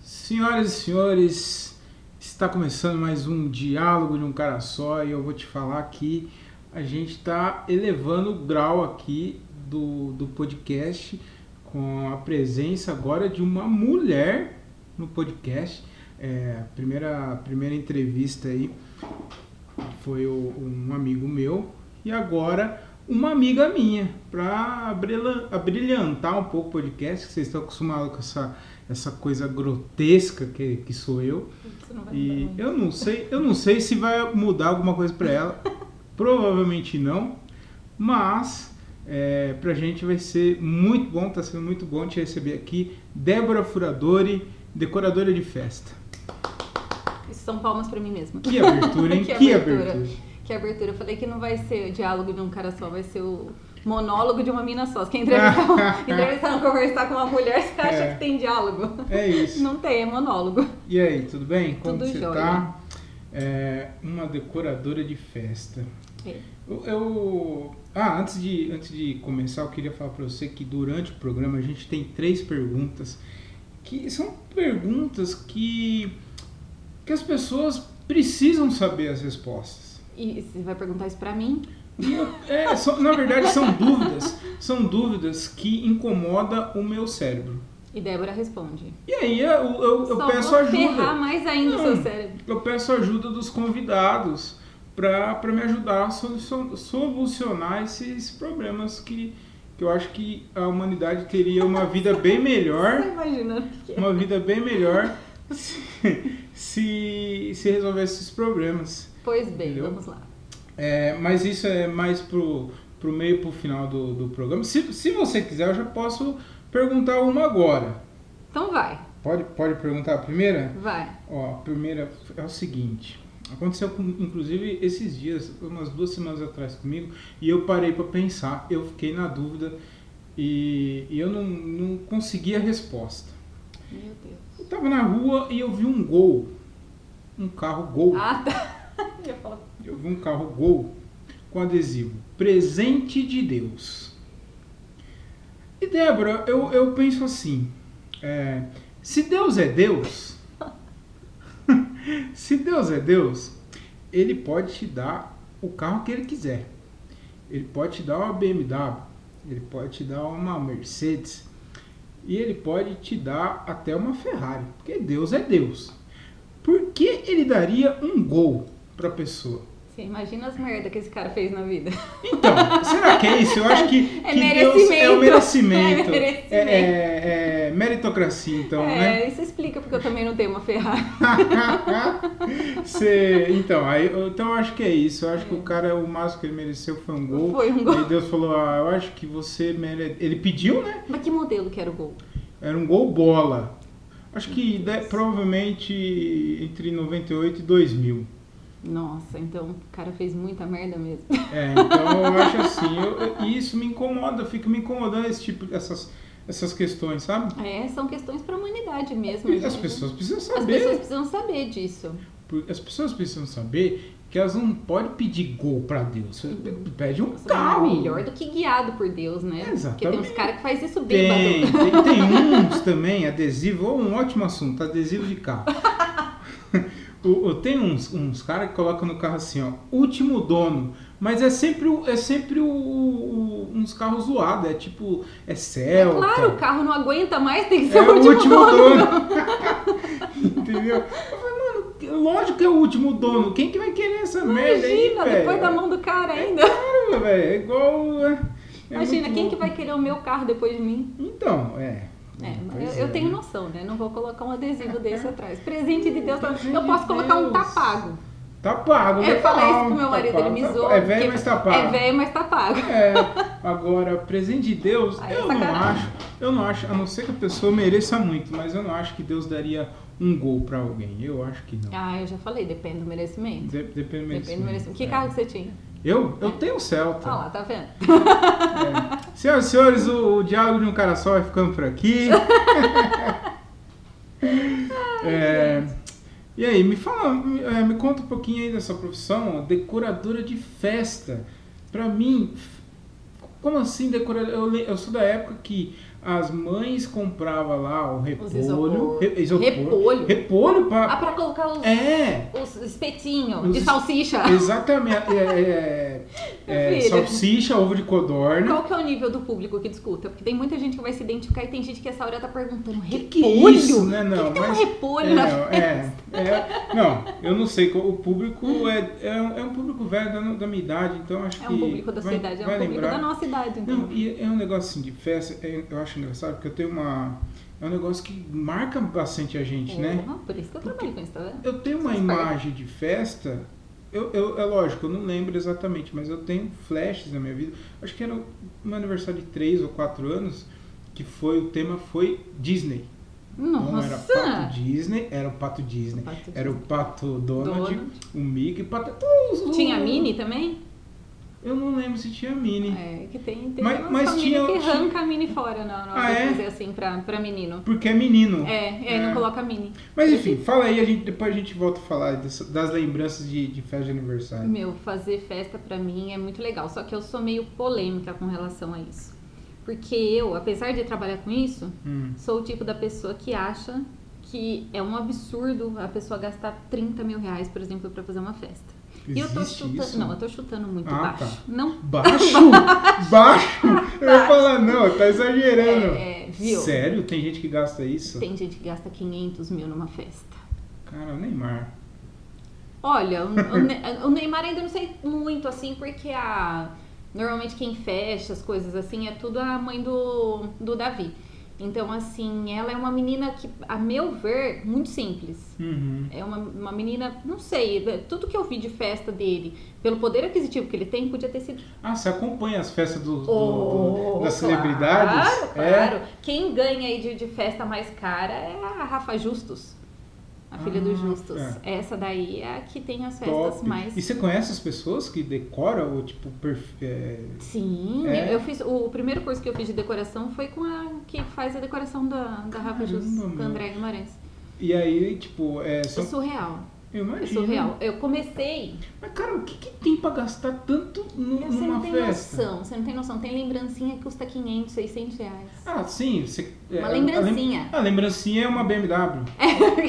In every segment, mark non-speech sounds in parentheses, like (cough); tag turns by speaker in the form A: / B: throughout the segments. A: Senhoras e senhores, está começando mais um diálogo de um cara só e eu vou te falar que a gente está elevando o grau aqui do, do podcast com a presença agora de uma mulher no podcast. É, a primeira, a primeira entrevista aí foi o- um amigo meu e agora uma amiga minha para abrilhantar um pouco o podcast, que vocês estão acostumados com essa, essa coisa grotesca que, que sou eu.
B: Você não vai
A: E
B: mudar
A: eu não sei, eu não sei se vai mudar alguma coisa para
B: (laughs)
A: ela. Provavelmente não. Mas é, pra gente vai ser muito bom, tá sendo muito bom te receber aqui, Débora Furadori, decoradora de festa.
B: muito. Isso são palmas pra mim mesma. (laughs)
A: Que abertura, hein?
B: Que
A: que
B: abertura.
A: abertura.
B: Que é abertura. Eu falei que não vai ser o diálogo de um cara só, vai ser o monólogo de uma mina só. Se
A: (laughs)
B: quer entrevistar, entrevistar conversar com uma mulher, você acha
A: É.
B: que tem diálogo.
A: É isso.
B: Não tem, é monólogo.
A: E aí, tudo bem? Como
B: Tudo
A: que você
B: jóia.
A: tá? É, uma decoradora de festa.
B: É.
A: Eu, eu- Ah, antes de, antes de começar, eu queria falar pra você que durante o programa a gente tem três perguntas que são perguntas que, que as pessoas precisam saber as respostas.
B: E você vai perguntar isso pra mim?
A: E eu- é, são- na verdade, são dúvidas. São dúvidas que incomoda o meu cérebro.
B: E Débora responde.
A: E aí eu, eu, eu
B: só
A: peço
B: vou
A: ajuda. Hum.
B: ferrar mais ainda o
A: Não.
B: seu cérebro.
A: Eu peço ajuda dos convidados para me ajudar a solucion- solucionar esses problemas que, que eu acho que a humanidade teria uma vida bem
B: Você
A: melhor,
B: imagina o que que é?
A: uma vida bem melhor se, se, se resolvesse esses problemas.
B: Pois bem,
A: Entendeu?
B: vamos lá.
A: É, mas isso é mais pro, pro meio pro final do, do programa. Se, se você quiser, eu já posso perguntar uma agora.
B: Então vai,
A: Pode, pode perguntar a primeira?
B: vai.
A: Ó, a primeira é o seguinte. Aconteceu, com, inclusive, esses dias, umas duas semanas atrás comigo, e eu parei pra pensar, eu fiquei na dúvida e, e eu não, não consegui a resposta.
B: Meu Deus.
A: Eu tava na rua e eu vi um gol, um carro gol.
B: Ah, tá. (laughs) Eu falo,
A: Eu vi um carro Gol com adesivo Presente de Deus. E Débora, eu, eu penso assim: é, se Deus é Deus, (laughs) se Deus é Deus, Ele pode te dar o carro que Ele quiser. Ele pode te dar uma BMW, Ele pode te dar uma Mercedes e Ele pode te dar até uma Ferrari, porque Deus é Deus. Por que Ele daria um Gol para pessoa?
B: Você imagina as merda que esse cara fez na vida.
A: Então, será que é isso? Eu acho que,
B: (laughs) É
A: que
B: merecimento.
A: Deus é o merecimento.
B: (laughs) É merecimento.
A: É- é- é meritocracia, então, né? (laughs)
B: é, isso explica porque eu também não tenho uma Ferrari.
A: Cê- então, aí, eu- então eu acho que é isso. Eu acho que o cara, o máximo que ele mereceu foi um gol.
B: Foi um gol.
A: E Deus falou: Ah, eu acho que você merece. Ele pediu, né?
B: Mas que modelo que era o gol?
A: Era um gol bola. Acho que de- provavelmente entre 98 e 2000.
B: Nossa, então o cara fez muita merda mesmo.
A: É, então eu acho assim. eu- e isso me incomoda, fica me incomodando esse tipo, essas, essas questões, sabe?
B: (laughs) É, são questões pra humanidade mesmo.
A: E As
B: gente.
A: pessoas precisam
B: Uhum. As
A: saber.
B: pessoas precisam saber disso.
A: por- As pessoas precisam saber que elas não podem pedir gol pra Deus. Você pe- Pede um
B: Nossa, é
A: carro.
B: tá Melhor do que guiado por Deus, né? Porque tem uns
A: Exatamente.
B: caras que faz isso
A: Tem,
B: bêbado.
A: tem, tem uns também, adesivo, ou um ótimo assunto, adesivo de carro. (laughs) O- o- Tem uns, uns caras que colocam no carro assim, ó, último dono. Mas é sempre, o- é sempre o, o- uns carros zoados, é tipo, é Celta.
B: Claro, o carro não aguenta mais, tem que ser
A: É
B: o último, dono.
A: (laughs) Entendeu? Eu falei, mano, que- lógico que é o último dono. Quem que vai querer essa merda aí,
B: Imagina,
A: velho?
B: depois da mão do cara ainda.
A: Caramba, velho, é igual... é- é
B: Imagina,
A: muito
B: quem que
A: louco.
B: vai querer o meu carro depois de mim?
A: Então, é...
B: É, mas
A: Pois
B: eu, eu
A: é,
B: tenho
A: né?
B: noção, né? Não vou colocar um adesivo desse atrás. Presente de Deus,
A: Presente
B: eu
A: de
B: posso colocar um
A: Tá Deus.
B: tá pago.
A: Tá pago,
B: Eu
A: vai
B: falei
A: pagar
B: isso pro
A: um
B: meu
A: tá
B: marido,
A: pago,
B: ele me
A: tá
B: zoou.
A: pago. É velho,
B: porque
A: mas tá
B: É
A: pago.
B: velho, mas tá pago.
A: É, agora, presente de Deus,
B: Aí é
A: eu não
B: sacanagem.
A: acho, eu não acho, a não ser que a pessoa mereça muito, mas eu não acho que Deus daria um gol pra alguém, eu acho que não.
B: Ah, eu já falei, depende do merecimento.
A: De- depende do
B: Depende do merecimento. Que
A: É.
B: carro que você tinha?
A: Eu? Eu tenho o Celta.
B: Ah lá, tá vendo?
A: É. Senhoras e senhores, o, o Diálogo de um Cara Só vai ficando por
B: (laughs)
A: aqui. É, e aí, me fala, me, é, me conta um pouquinho aí dessa profissão, ó, decoradora de festa. Pra mim, f- como assim decoradora? Eu, le- eu sou da época que as mães compravam lá o
B: Os
A: repolho.
B: isopor.
A: re- isopor-
B: Repolho.
A: Repolho
B: Ah,
A: pra.
B: pra colocar os, (laughs)
A: É!
B: os espetinhos
A: Os
B: de
A: es-
B: salsicha.
A: Exatamente. É, é, é,
B: Filho.
A: salsicha, ovo de codorna.
B: Qual que é o nível do público que discuta? Porque tem muita gente que vai se identificar e tem gente que essa hora tá perguntando, repolho?
A: que é isso, né?
B: O que,
A: Não,
B: que tem
A: mas-
B: um repolho
A: É,
B: na
A: não, é, é, não, eu não sei. O público é, é, um- é um público velho da, da minha idade, então acho que.
B: É um público da sua
A: vai-
B: idade, é um
A: vai
B: público
A: lembrar.
B: da nossa idade, então.
A: Não, e é um negócio assim de festa, é- eu acho engraçado, porque eu tenho uma. É um negócio que marca bastante a gente, né?
B: Porra, Por isso que eu trabalho com isso, tá vendo?
A: Eu tenho uma
B: Faz parte.
A: imagem de festa, eu, eu- é lógico, eu não lembro exatamente, mas eu tenho flashes na minha vida. Acho que era o meu aniversário de 3 ou 4 anos, que foi, o tema foi Disney. Não era pato
B: Nossa!
A: Disney, era o pato Disney.
B: Pato
A: Era o pato Donald,
B: Donald.
A: o Mickey, pato...
B: Tinha mini também?
A: Eu não lembro se tinha Mini.
B: É, que tem, tem
A: Mas-
B: umas
A: mas
B: famílias
A: tinha-
B: que
A: tinha-
B: arranca a mini fora na na hora
A: Ah,
B: de
A: é?
B: fazer assim pra, pra menino.
A: Porque é menino.
B: É, e aí
A: É.
B: não coloca mini.
A: Mas enfim, fala aí, a gente, depois a gente volta a falar dessa- das lembranças de, de festa de aniversário.
B: Meu, fazer festa pra mim é muito legal, só que eu sou meio polêmica com relação a isso. Porque eu, apesar de trabalhar com isso,
A: Hum.
B: sou o tipo da pessoa que acha que é um absurdo a pessoa gastar 30 mil reais, por exemplo, pra fazer uma festa. e eu tô
A: Existe
B: chutando.
A: isso?
B: Não, eu tô chutando muito
A: Ah,
B: baixo.
A: tá.
B: Não. (laughs)
A: Baixo? Baixo? Eu ia falar, não, tá exagerando.
B: É, é, viu?
A: Sério? Tem gente que gasta isso?
B: Tem gente que gasta 500 mil numa festa.
A: Cara, o Neymar.
B: Olha, o, o Ne- (laughs) o Neymar ainda não sei muito, assim, porque a. Normalmente quem fecha as coisas assim é tudo a mãe do, do Davi. Então, assim, ela é uma menina que, a meu ver, muito simples.
A: Uhum.
B: É uma, uma menina, não sei, é- tudo que eu vi de festa dele, pelo poder aquisitivo que ele tem, podia ter sido.
A: Ah, você acompanha as festas do, do- do-
B: Oh,
A: das
B: claro,
A: celebridades? É?
B: Claro, Quem ganha aí de, de festa mais cara é a Rafa Justus. A filha
A: Ah,
B: do Justus. Essa daí é a que tem as
A: É,
B: festas
A: top.
B: mais
A: E você conhece as pessoas que decoram o tipo perf... é,
B: Sim,
A: É?
B: eu fiz. O primeiro curso que eu fiz de decoração foi com a que faz a decoração da, da Rafa Jus,
A: Caramba,
B: com a
A: meu.
B: André Guimarães.
A: E aí, tipo, é,
B: É
A: são...
B: surreal.
A: eu
B: É
A: imagino.
B: surreal. Eu comecei.
A: Mas, cara, o que, que tem pra gastar tanto nu-
B: Meu, você
A: numa
B: não tem
A: festa?
B: noção. Você não tem noção. Tem lembrancinha que custa 500, 600 reais.
A: Ah, sim. Você, é,
B: Uma
A: a-
B: lembrancinha. (laughs) É
A: A, lem- a lembrancinha é uma BMW.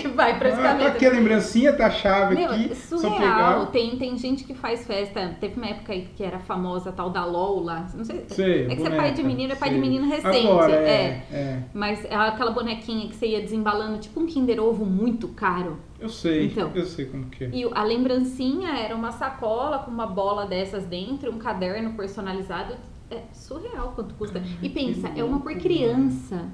B: que vai praticamente.
A: Ah, tá aqui a lembrancinha, tá a chave
B: Meu,
A: aqui.
B: é
A: Só pegar.
B: surreal. Tem, tem gente que faz festa. Teve uma época aí que era famosa a tal da Lola. Não sei.
A: Sei,
B: é que você
A: boneca,
B: é pai de menino, é pai de
A: sei.
B: menino recente.
A: Agora, é,
B: é.
A: é.
B: Mas é aquela bonequinha que você ia desembalando, tipo um Kinder Ovo muito caro.
A: Eu sei,
B: Então.
A: eu sei como que é.
B: E a lembrancinha era uma sacola com uma bola dessas dentro, um caderno personalizado. É surreal quanto custa. E pensa, é uma por
A: loucura.
B: criança.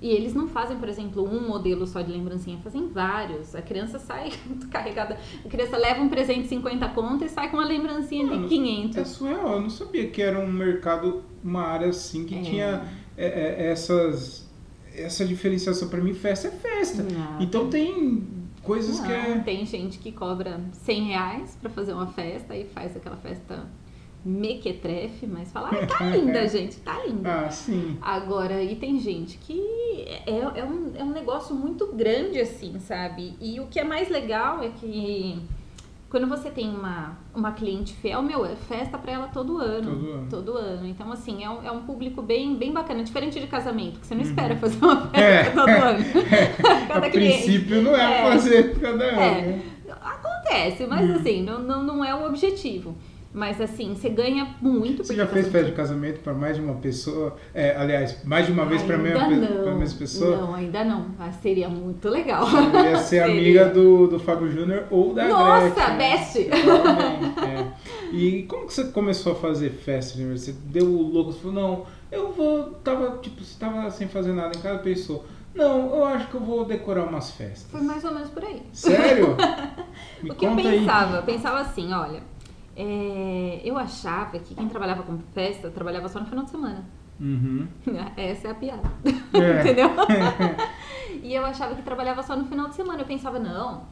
B: E eles não fazem, por exemplo, um modelo só de lembrancinha, fazem vários. A criança sai (laughs) carregada. A criança leva um presente de 50 conto e sai com uma lembrancinha
A: Mano,
B: de 500.
A: É surreal, eu não sabia que era um mercado, uma área assim que
B: É.
A: tinha é, é, essas, essa diferenciação. Pra mim, festa é festa.
B: Não.
A: Então tem coisas que
B: Não,
A: é.
B: Tem gente que cobra 100 reais pra fazer uma festa e faz aquela festa mequetrefe, mas fala,
A: (laughs)
B: "Ai, tá linda, gente, tá linda.
A: Ah, sim.
B: Agora, e tem gente que é, é, um, é um negócio muito grande, assim, sabe? E o que é mais legal é que quando você tem uma, uma cliente fiel, meu, é festa pra ela todo ano.
A: Todo ano.
B: Todo ano. Então, assim, é um, é um público bem, bem bacana. Diferente de casamento, que você não espera fazer uma festa
A: Uhum. É.
B: (laughs) todo
A: (laughs)
B: ano. (laughs)
A: A princípio não é,
B: É.
A: fazer cada ano.
B: É.
A: né?
B: Acontece, mas
A: Uhum.
B: assim, não, não, não é o objetivo. Mas assim, você ganha muito.
A: Você
B: porque
A: já fez festa de casamento para mais de uma pessoa? É, aliás, mais de uma vez para
B: Ah, Ainda
A: mesma, pe-
B: não.
A: pra mesma pessoa?
B: Não, ainda não. Mas seria muito legal.
A: (laughs) Eu ia ser
B: (laughs) Seria.
A: amiga do, do Fábio Júnior ou da
B: Nossa,
A: Gretchen.
B: best!
A: Realmente, é. E como que você começou a fazer festa de aniversário? Você deu o louco, você falou, não, eu vou... Tava, tipo, você tava sem fazer nada em casa, pensou, não, eu acho que eu vou decorar umas festas.
B: Foi mais ou menos por aí. (laughs)
A: Sério? Me
B: o que eu
A: conta aí.
B: pensava? Eu pensava assim, olha. é, eu achava que quem trabalhava com festa trabalhava só no final de semana. (laughs)
A: Uhum.
B: Essa é a piada.
A: É. (laughs)
B: (laughs) Entendeu? e eu achava que trabalhava só no final de semana. Eu pensava, não,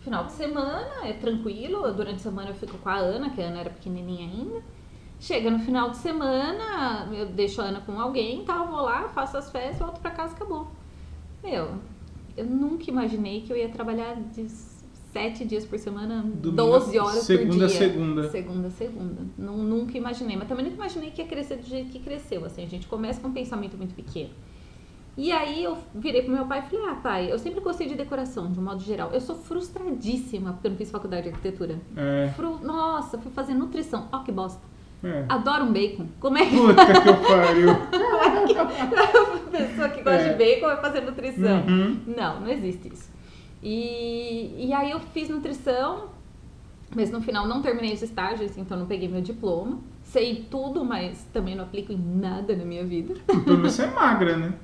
B: final de semana é tranquilo. Durante a semana eu fico com a Ana, que a Ana era pequenininha ainda. Chega no final de semana, eu deixo a Ana com alguém e tal, vou lá, faço as festas, volto pra casa, acabou. Meu, eu nunca imaginei que eu ia trabalhar de s- sete dias por semana,
A: Domingo,
B: 12 horas por
A: segunda
B: dia.
A: a segunda.
B: Segunda, a segunda. Nu- nunca imaginei, mas também nunca imaginei que ia crescer do jeito que cresceu. Assim, a gente começa com um pensamento muito pequeno. E aí eu virei pro meu pai e falei, ah, pai, eu sempre gostei de decoração, de um modo geral. Eu sou frustradíssima porque eu não fiz faculdade de arquitetura.
A: É,
B: Fru- Nossa, fui fazer nutrição. Ó que bosta. (laughs)
A: é.
B: Adoro um bacon. Como
A: (laughs)
B: é que é?
A: Puta que pariu.
B: (laughs) uma pessoa que gosta
A: É.
B: de bacon vai fazer nutrição?
A: Uhum.
B: Não, não existe isso. E, e aí eu fiz nutrição, mas no final não terminei os estágios, então não peguei meu diploma. Sei tudo, mas também não aplico em nada na minha vida. (laughs)
A: Pelo menos você é magra, né?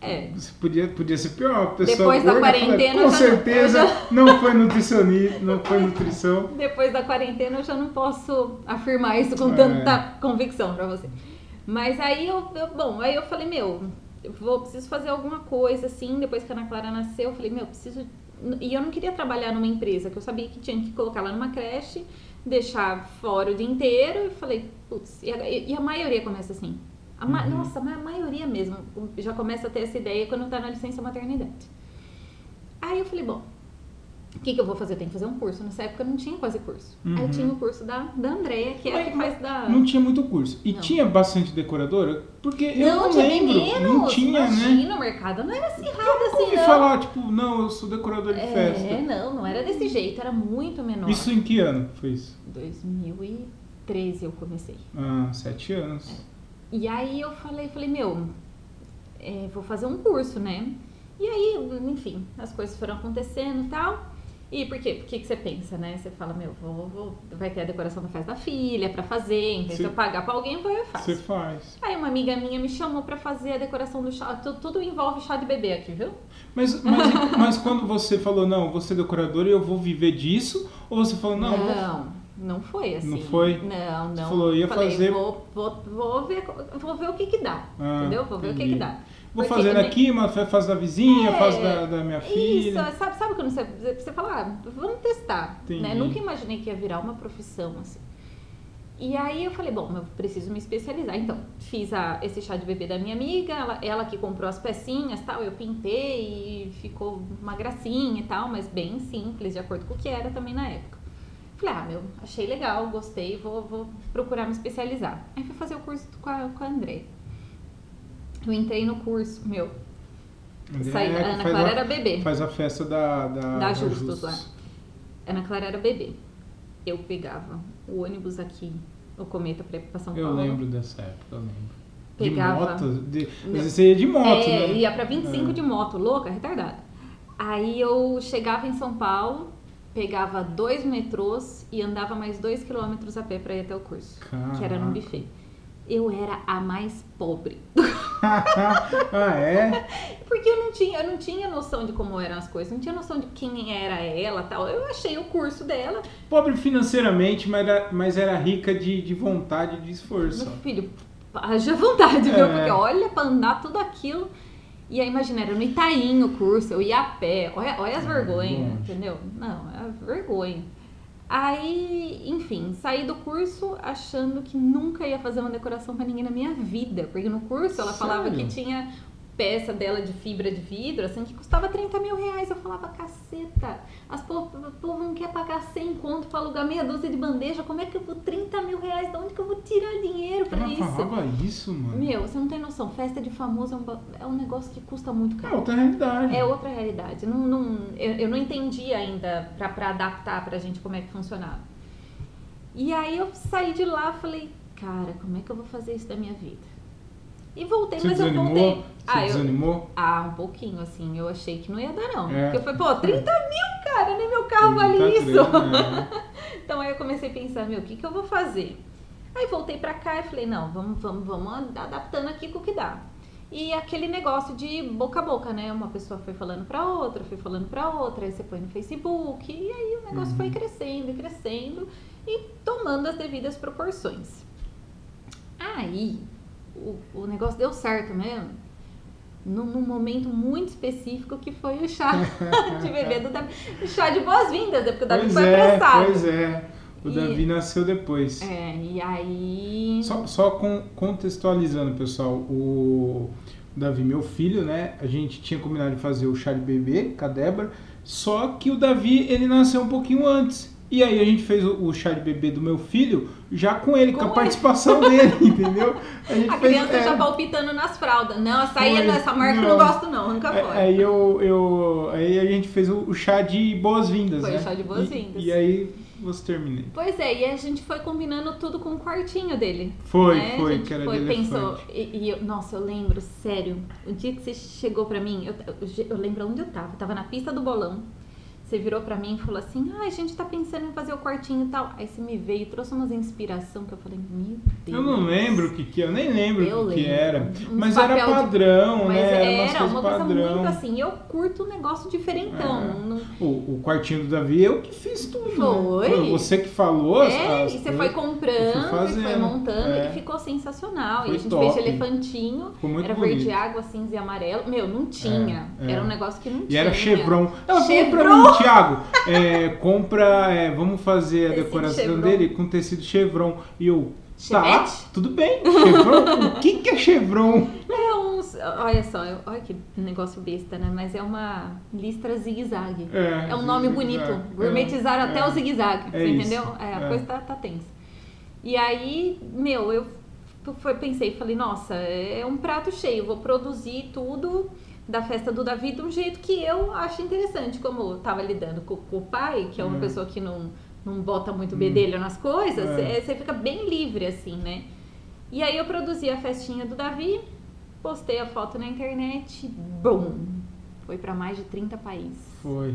B: É.
A: Você podia, podia ser pior. A pessoa
B: Depois da
A: gorda fala,
B: quarentena,
A: Com
B: eu já não-
A: certeza
B: eu
A: (laughs) não foi nutricionista, não foi nutrição.
B: Depois da quarentena eu já não posso afirmar isso com tanta
A: É.
B: convicção pra você. Mas aí eu, eu- bom, aí eu falei, meu, eu vou, preciso fazer alguma coisa assim, depois que a Ana Clara nasceu, eu falei, meu, preciso. E eu não queria trabalhar numa empresa, que eu sabia que tinha que colocar ela numa creche, deixar fora o dia inteiro, e falei, putz, e a, e a maioria começa assim. A ma-
A: Uhum.
B: Nossa, mas a maioria mesmo já começa a ter essa ideia quando tá na licença maternidade. Aí eu falei, bom, o que, que eu vou fazer? Eu tenho que fazer um curso. Nessa época não tinha quase curso. Aí
A: Uhum.
B: eu tinha o curso da, da Andrea, que é a que
A: Mas-
B: faz da.
A: Não tinha muito curso. E
B: Não.
A: tinha bastante decoradora? Porque eu
B: Não,
A: não
B: tinha
A: lembro.
B: menos.
A: não tinha, né?
B: imagina, o mercado não era acirrado
A: Como
B: assim,
A: que
B: não.
A: falar, tipo, não, eu sou decorador de
B: é,
A: festa?
B: não, não era desse jeito, era muito menor.
A: Isso em que ano foi isso?
B: 2013 eu comecei.
A: Ah, sete anos.
B: E aí eu falei, falei, meu, é, vou fazer um curso, né? E aí, enfim, as coisas foram acontecendo e tal. E por quê? Por que, que você pensa, né? Você fala, meu, vou, vou- vai ter a decoração da festa da filha pra fazer, então se
A: Sim.
B: eu pagar pra alguém, eu faço.
A: Você faz.
B: Aí uma amiga minha me chamou pra fazer a decoração do chá. Tu- Tudo envolve chá de bebê aqui, viu?
A: Mas, mas, (laughs) mas quando você falou, não, você é decoradora e eu vou viver disso? Ou você falou, não, vou-
B: não, não foi assim.
A: Não foi?
B: Não, não.
A: Você falou, ia
B: Falei,
A: fazer-
B: Vou, vou, vou, ver, vou ver o que que dá,
A: Ah,
B: entendeu? Vou ver o que
A: entendi.
B: que dá.
A: vou
B: Porque
A: fazendo
B: também-
A: aqui, mas faz da vizinha,
B: É,
A: faz da, da minha
B: Isso,
A: filha.
B: sabe, sabe quando você, você fala, ah, vamos testar,
A: Entendi.
B: né? Nunca imaginei que ia virar uma profissão, assim. E aí eu falei, bom, eu preciso me especializar. Então, fiz a- esse chá de bebê da minha amiga, ela, ela que comprou as pecinhas tal, eu pintei e ficou uma gracinha e tal, mas bem simples, de acordo com o que era também na época. Falei, ah, meu, achei legal, gostei, vou, vou procurar me especializar. Aí fui fazer o curso com a, com a André. Eu entrei no curso, meu,
A: André
B: saí, a Ana
A: É, faz
B: Clara
A: a-
B: era bebê.
A: Faz a festa da, da,
B: Da Justus, né? Ana Clara era bebê. Eu pegava o ônibus aqui, o Cometa pra ir pra São
A: Eu
B: Paulo.
A: lembro dessa época, eu lembro.
B: Uhum. Pegava-
A: De moto? De,
B: Não.
A: mas você ia de moto,
B: é,
A: né?
B: ia pra 25
A: É.
B: de moto, louca, retardada. Aí eu chegava em São Paulo, pegava dois metrôs e andava mais dois quilômetros a pé pra ir até o curso, que era num
A: Caraca.
B: buffet. Eu era a mais pobre.
A: ah, é?
B: Porque eu não tinha, eu não tinha noção de como eram as coisas, não tinha noção de quem era ela tal. Eu achei o curso dela.
A: Pobre financeiramente, mas era, mas era rica de, de vontade e de esforço.
B: Meu filho, haja vontade, viu?
A: É.
B: Porque olha pra andar tudo aquilo. E aí, imagina, era no Itaim o curso, eu ia a pé. Olha, olha as
A: É,
B: vergonhas,
A: longe.
B: entendeu? Não, é vergonha. Aí, enfim, saí do curso achando que nunca ia fazer uma decoração pra ninguém na minha vida. Porque no curso ela falava
A: Sério?
B: que tinha peça dela de fibra de vidro, assim, que custava 30 mil reais. Eu falava, caceta, as po- o povo não quer pagar 100 conto pra alugar meia dúzia de bandeja. Como é que eu vou 30 mil reais? De onde que eu vou tirar dinheiro pra
A: Ela
B: isso?
A: falava isso, mano.
B: Meu, você não tem noção. Festa de famoso é um, ba- é um negócio que custa muito
A: É
B: caro.
A: outra realidade.
B: É outra realidade. Não, não- eu, eu não entendi ainda pra, pra adaptar pra gente como é que funcionava. E aí eu saí de lá falei, cara, como é que eu vou fazer isso da minha vida? E voltei,
A: Você
B: mas eu
A: desanimou?
B: voltei.
A: Você
B: Ah, eu,
A: desanimou?
B: ah, um pouquinho, assim. Eu achei que não ia dar, não.
A: É.
B: Porque eu falei, pô, 30 mil, cara, nem meu carro vale
A: Tá
B: isso.
A: triste, né?
B: Então aí eu comecei a pensar, meu, o que, que eu vou fazer? Aí voltei pra cá e falei, não, vamos, vamos, vamos ad- adaptando aqui com o que dá. E aquele negócio de boca a boca, né? Uma pessoa foi falando pra outra, foi falando pra outra, aí você põe no Facebook, e aí o negócio
A: Uhum.
B: foi crescendo e crescendo e tomando as devidas proporções. Aí o, o negócio deu certo mesmo. Num, num momento muito específico que foi
A: (laughs)
B: o chá de bebê do Davi. O chá de boas-vindas, né? Porque (laughs) o Davi
A: Pois
B: foi
A: é,
B: apressado.
A: pois é. O
B: E-
A: Davi nasceu depois.
B: É, e aí.
A: Só, só con- contextualizando, pessoal, o, Davi, meu filho, né? A gente tinha combinado de fazer o chá de bebê com a Débora, só que o Davi, ele nasceu um pouquinho antes. E aí a gente fez o, o chá de bebê do meu filho já com ele, com,
B: Com
A: a
B: ele.
A: participação dele, (laughs) entendeu? gente
B: A
A: fez-
B: criança
A: é.
B: já palpitando nas fraldas. Não, essa aí, é
A: Foi.
B: essa marca eu
A: Não.
B: não gosto não, arranca
A: É,
B: fora.
A: Aí eu, eu- aí a gente fez o, o chá de boas-vindas,
B: Foi o
A: né?
B: chá de boas-vindas.
A: E, e aí você termina.
B: Pois é, e a gente foi combinando tudo com o quartinho dele.
A: Foi,
B: né? a
A: foi,
B: gente
A: que era
B: foi,
A: de
B: pensou.
A: elefante.
B: E, e eu- nossa, eu lembro, sério. O dia que você chegou pra mim, eu, eu- eu lembro onde eu tava. Eu tava na pista do bolão. Você virou pra mim e falou assim: ah, a gente tá pensando em fazer o quartinho e tal. Aí você me veio e trouxe umas inspiração que eu falei: Meu Deus.
A: Eu não lembro o que que eu nem lembro
B: Eu
A: o que, que
B: lembro.
A: era.
B: Um
A: mas era
B: papel de-
A: padrão,
B: Mas
A: né? umas
B: era
A: coisas
B: uma coisa muito assim. Eu curto um negócio diferentão.
A: É.
B: não-
A: O, o quartinho do Davi, eu que fiz tudo.
B: Foi.
A: Né? Foi você que falou. as-
B: É,
A: as
B: e você
A: coisas.
B: foi comprando,
A: Eu fui
B: e foi
A: fazendo,
B: montando,
A: é.
B: e ficou sensacional.
A: Foi
B: e a gente
A: top.
B: fez elefantinho,
A: Ficou muito
B: era
A: bonito.
B: verde água, cinza e amarelo. Meu, não tinha.
A: É, é.
B: Era um negócio que não
A: E
B: tinha.
A: era chevron.
B: né?
A: Ela falou pra mim, Thiago, é, compra, é, vamos fazer a
B: Tecido
A: decoração
B: chevron.
A: dele com tecido chevron. E eu, tá,
B: Chevette?
A: tudo bem, chevron? o que que é chevron?
B: É uns. Olha só, eu- olha que negócio besta, né? Mas é uma listra zigue-zague.
A: É,
B: É um nome
A: zigue-zague.
B: bonito.
A: É,
B: Gourmetizar até
A: é.
B: o zigue-zague.
A: É
B: você
A: isso,
B: entendeu? É, a
A: é.
B: coisa tá, tá tensa. E aí, meu, eu f- foi- pensei, falei, nossa, é um prato cheio, vou produzir tudo da festa do Davi de um jeito que eu acho interessante, como eu tava lidando com, com o pai, que é uma
A: É. Hum.
B: pessoa que não, não bota muito bedelho nas coisas,
A: É.
B: é, você fica bem livre, assim, né? E aí eu produzi a festinha do Davi, postei a foto na internet, bum! Foi pra mais de 30 países.
A: Foi.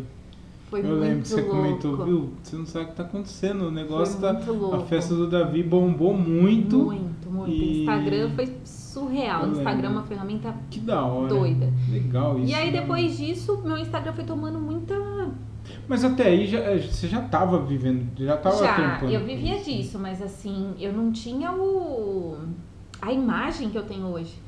B: Foi
A: eu
B: muito
A: lembro que você
B: louco.
A: comentou, viu? Você não sabe o que tá acontecendo. O negócio
B: Foi
A: tá.
B: muito louco.
A: A festa do Davi bombou muito.
B: Muito, muito.
A: E-
B: Instagram foi surreal.
A: Eu
B: Instagram é
A: lembro.
B: uma ferramenta.
A: Que da hora.
B: Doida.
A: Legal isso.
B: E aí
A: né?
B: depois disso, meu Instagram foi tomando muita.
A: Mas até aí já, é, você já tava vivendo, já tava né?
B: Já,
A: trampando.
B: eu vivia disso, mas assim, eu não tinha o. a imagem que eu tenho hoje.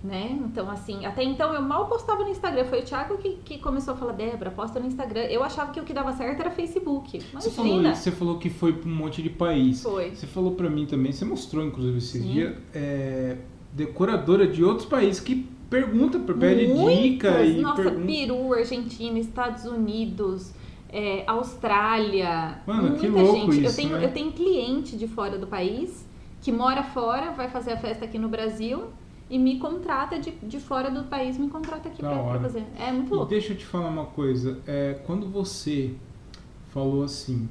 B: Né? Então, assim, até então eu mal postava no Instagram. Foi o Thiago que, que começou a falar, Débora, posta no Instagram. Eu achava que o que dava certo era Facebook. Imagina.
A: Você falou, isso, você falou que foi pra um monte de país.
B: Foi.
A: Você falou pra mim também, você mostrou inclusive esses
B: Sim.
A: dias, é, decoradora de outros países que pergunta, pede
B: Muitas,
A: dica e
B: Nossa,
A: pergunta.
B: Peru, Argentina, Estados Unidos, é, Austrália.
A: Mano,
B: muita
A: que louco
B: gente. eu,
A: isso,
B: tenho,
A: né?
B: eu tenho cliente de fora do país que mora fora, vai fazer a festa aqui no Brasil e me contrata de, de fora do país, me contrata aqui
A: Da
B: pra, pra
A: hora.
B: fazer. É muito
A: E
B: louco.
A: deixa eu te falar uma coisa. É, quando você falou assim,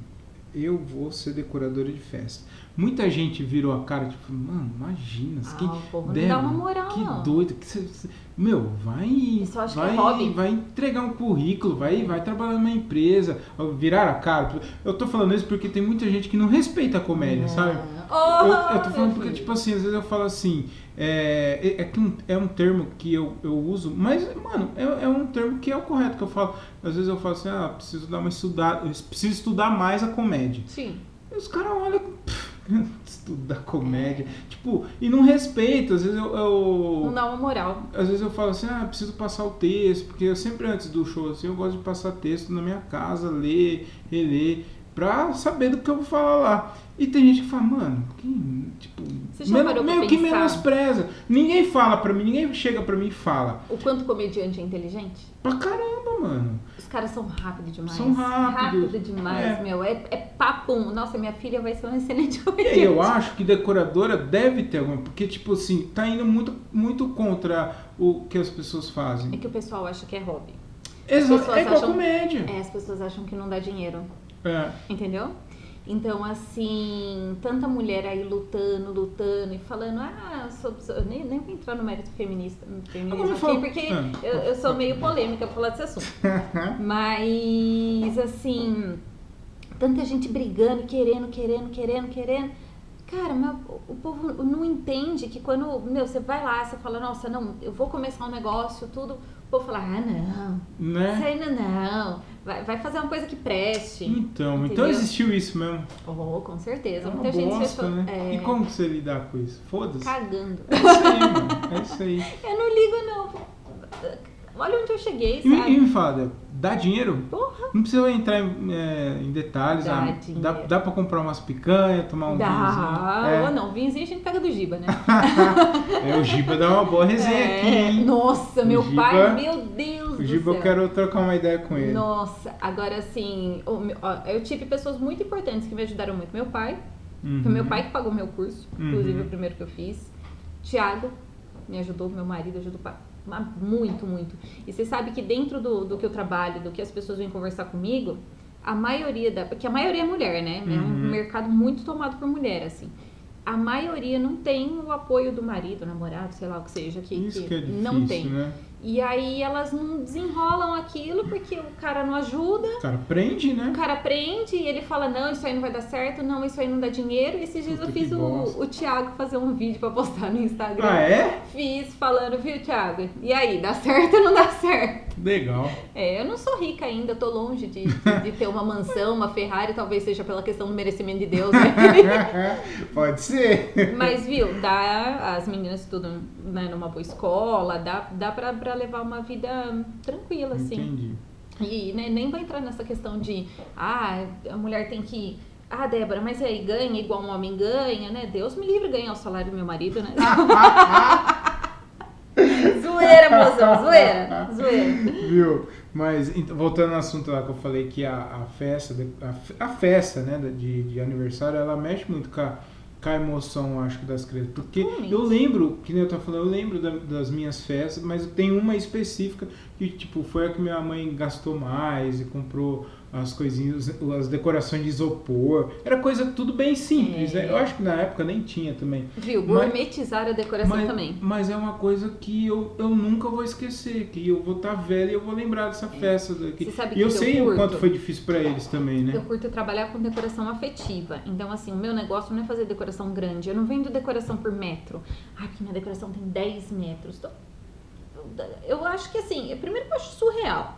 A: eu vou ser decoradora de festa, muita gente virou a cara, tipo, mano, imagina.
B: Ah,
A: que
B: o povo não dá
A: Débora,
B: uma moral,
A: que
B: não.
A: doido. Que cê- cê- meu, vai.
B: Pessoal acha que
A: vai,
B: é hobby.
A: vai entregar um currículo, vai, vai trabalhar numa empresa, virar a cara. Eu tô falando isso porque tem muita gente que não respeita a comédia, sabe?
B: Oh,
A: Eu, eu tô
B: meu
A: falando porque,
B: filho.
A: tipo assim, às vezes eu falo assim, é, é, é que um, é um termo que eu, eu uso, mas, mano, é, é um termo que é o correto que eu falo. Às vezes eu falo assim, ah, preciso dar uma estudada, eu preciso estudar mais a comédia.
B: Sim.
A: E os caras olham, (laughs) pff, estudar comédia, tipo, e não respeita, às vezes eu... eu-
B: Não dá uma moral.
A: às vezes eu falo assim, ah, preciso passar o texto, porque eu sempre antes do show, assim, eu gosto de passar texto na minha casa, ler, reler, pra saber do que eu vou falar lá. E tem gente que fala, mano, que, tipo,
B: Você já
A: men-
B: parou pra
A: meio que
B: pensar?
A: menospreza. Ninguém fala pra mim, ninguém chega pra mim e fala.
B: O quanto comediante é inteligente?
A: Pra caramba, mano.
B: Os caras são rápidos demais.
A: São rápidos.
B: Rápido demais,
A: É.
B: meu. É, é papum. Nossa, minha filha vai ser uma excelente
A: E
B: comediante.
A: aí
B: (laughs)
A: eu acho que decoradora deve ter alguma, porque, tipo assim, tá indo muito, muito contra o que as pessoas
B: É
A: fazem.
B: que o pessoal acha que é hobby.
A: Exato,
B: pessoas
A: é igual
B: acham-
A: comédia.
B: É, as pessoas acham que não dá dinheiro,
A: É.
B: entendeu? Então, assim, tanta mulher aí lutando, lutando e falando, ah, sou, sou- eu nem, nem vou entrar no mérito feminista, feminismo
A: Agora
B: aqui,
A: fala-
B: porque
A: Ah.
B: eu, eu sou meio polêmica pra falar desse
A: (laughs)
B: assunto. Mas, assim, tanta gente brigando, querendo, querendo, querendo, querendo. Cara, mas o povo não entende que quando, meu, você vai lá, você fala, nossa, não, eu vou começar um negócio, tudo. O povo fala, ah, não, isso
A: Né?
B: aí não, é não. Vai, vai fazer uma coisa que preste.
A: Então, então
B: Entendeu?
A: existiu isso mesmo.
B: Oh, com
A: É
B: certeza.
A: uma
B: Muita gente
A: bosta,
B: achou,
A: né?
B: é,
A: E como que você lidar com isso? Foda-se. É
B: cagando. (laughs)
A: isso aí, mano. É isso aí.
B: Eu não ligo, não. Olha onde eu cheguei,
A: E me, e
B: sabe?
A: me fala, Débora, dá dinheiro?
B: Porra,
A: Não precisa entrar em, é, em detalhes.
B: Dá
A: ah,
B: dinheiro.
A: dá, dá pra comprar umas picanhas, tomar um
B: Dá, ou
A: vinhozinho.
B: não, vinzinho a gente pega
A: (laughs)
B: do Giba, né?
A: É, é, o Giba dá uma boa resenha aqui,
B: É,
A: hein?
B: Nossa, meu
A: Giba-
B: pai, meu Deus
A: O
B: do
A: Giba
B: céu.
A: eu quero trocar uma ideia com ele.
B: Nossa, agora assim, o meu- ó, eu tive pessoas muito importantes que me ajudaram muito. Meu pai,
A: Uhum.
B: foi meu pai que pagou meu curso,
A: Uhum.
B: inclusive o primeiro que eu fiz. Tiago me ajudou, meu marido ajudou pa- ma- muito, muito. E você sabe que dentro do, do que eu trabalho, do que as pessoas vêm conversar comigo, a maioria da. Porque a maioria é mulher, né? É
A: Uhum.
B: um mercado muito tomado por mulher, assim. A maioria não tem o apoio do marido, namorado, sei lá o que seja, que,
A: Isso que é difícil,
B: não tem.
A: né?
B: E aí elas não desenrolam aquilo porque o cara não ajuda,
A: Cara, prende, né?
B: o Um cara prende e ele fala, não, isso aí não vai dar certo, não, isso aí não dá dinheiro. E esses dias
A: Puta
B: eu
A: que
B: fiz
A: bosta.
B: o, o Thiago fazer um vídeo pra postar no Instagram.
A: Ah, é?
B: Fiz falando, viu, Thiago? E aí, dá certo ou não dá certo? (laughs)
A: Legal. (laughs)
B: É, eu não sou rica ainda, tô longe de, de- de ter uma mansão, uma Ferrari, talvez seja pela questão do merecimento de
A: (laughs)
B: Deus, né?
A: Pode ser.
B: Mas, viu, dá, as meninas estudam né, numa boa escola, dá, dá pra, pra levar uma vida tranquila, assim.
A: Entendi.
B: E né, nem vai entrar nessa questão de, ah, a mulher tem que. Ah, Débora, mas aí ganha igual um homem ganha, né? Deus me livre ganhar o salário do meu marido, né? zoeira, mozão, zoeira, zoeira.
A: Viu? Mas ent- voltando ao assunto lá que eu falei que a, a festa, de- a, fe- a festa, né, da- de, de aniversário, ela mexe muito com a, com a emoção, acho que, das crianças. Porque
B: Totalmente.
A: eu lembro, que nem eu tava falando, eu lembro da- das minhas festas, mas tem uma específica que, tipo, foi a que minha mãe gastou mais e comprou as coisinhas, as decorações de isopor. Era coisa tudo bem simples,
B: É.
A: né? Eu acho que na época nem tinha também.
B: Viu,
A: Mas-
B: gourmetizar a decoração
A: Mas,
B: também.
A: mas é uma coisa que eu, eu nunca vou esquecer, que eu vou estar velho e eu vou lembrar dessa festa daqui.
B: É. Você sabe
A: e eu
B: que eu
A: sei o
B: curto?
A: quanto foi difícil pra eles também, né?
B: Eu curto trabalhar com decoração afetiva. Então, assim, o meu negócio não é fazer decoração grande. Eu não vendo decoração por metro. Ai, porque minha decoração tem 10 metros. Então, eu acho que, assim, primeiro que eu acho surreal.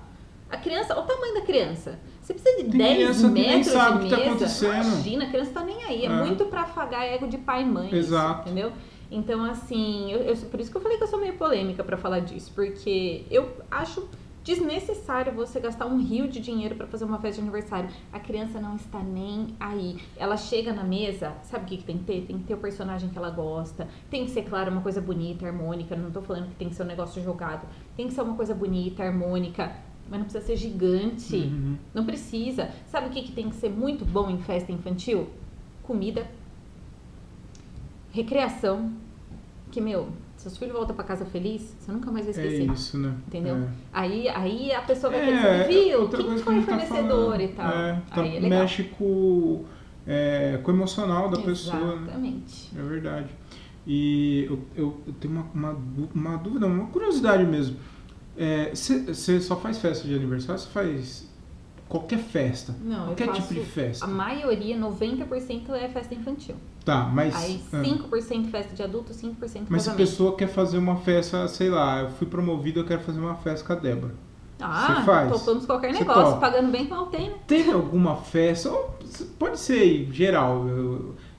B: A criança, olha o tamanho da criança. Você precisa de
A: Tem
B: 10
A: criança que nem
B: metros
A: sabe o
B: de
A: que tá
B: mesa.
A: acontecendo.
B: Imagina, a criança tá nem aí. É,
A: É.
B: muito pra afagar ego de pai e mãe. isso,
A: Exato.
B: entendeu? Então, assim, eu- eu- por isso que eu falei que eu sou meio polêmica pra falar disso. Porque eu acho desnecessário você gastar um rio de dinheiro pra fazer uma festa de aniversário. A criança não está nem aí. Ela chega na mesa, sabe o que, que tem que ter? Tem que ter o personagem que ela gosta. Tem que ser, claro, uma coisa bonita, harmônica. Não tô falando que tem que ser um negócio jogado. Tem que ser uma coisa bonita, harmônica. Mas não precisa ser gigante.
A: Uhum.
B: Não precisa. Sabe o que, que tem que ser muito bom em festa infantil? Comida. Recreação. Que, meu, seus filhos voltam pra casa feliz, você nunca mais vai
A: É
B: esquecer.
A: isso, né?
B: Entendeu?
A: É.
B: Aí, aí a pessoa vai
A: É,
B: pensar, viu?
A: outra
B: Quem
A: coisa
B: foi
A: que a gente tá
B: fornecedor
A: falando.
B: e tal?
A: É, tá-
B: aí é legal.
A: mexe com, é, com o emocional da pessoa, né?
B: Exatamente.
A: É verdade. E eu, eu, eu tenho uma, uma, dú- uma dúvida, uma curiosidade mesmo. Você só faz festa de aniversário? Você faz qualquer festa?
B: Não,
A: qualquer
B: eu faço...
A: tipo de festa?
B: A maioria, 90% é festa infantil.
A: Tá, mas.
B: Aí
A: ah,
B: 5% festa de adulto, 5% casamento.
A: Mas se a pessoa quer fazer uma festa, sei lá, eu fui promovido, eu quero fazer uma festa com a Débora.
B: ah,
A: você faz?
B: topamos qualquer
A: Você
B: negócio,
A: topa?
B: pagando bem que mal tem, né?
A: Teve alguma festa, ou pode ser em geral, eu,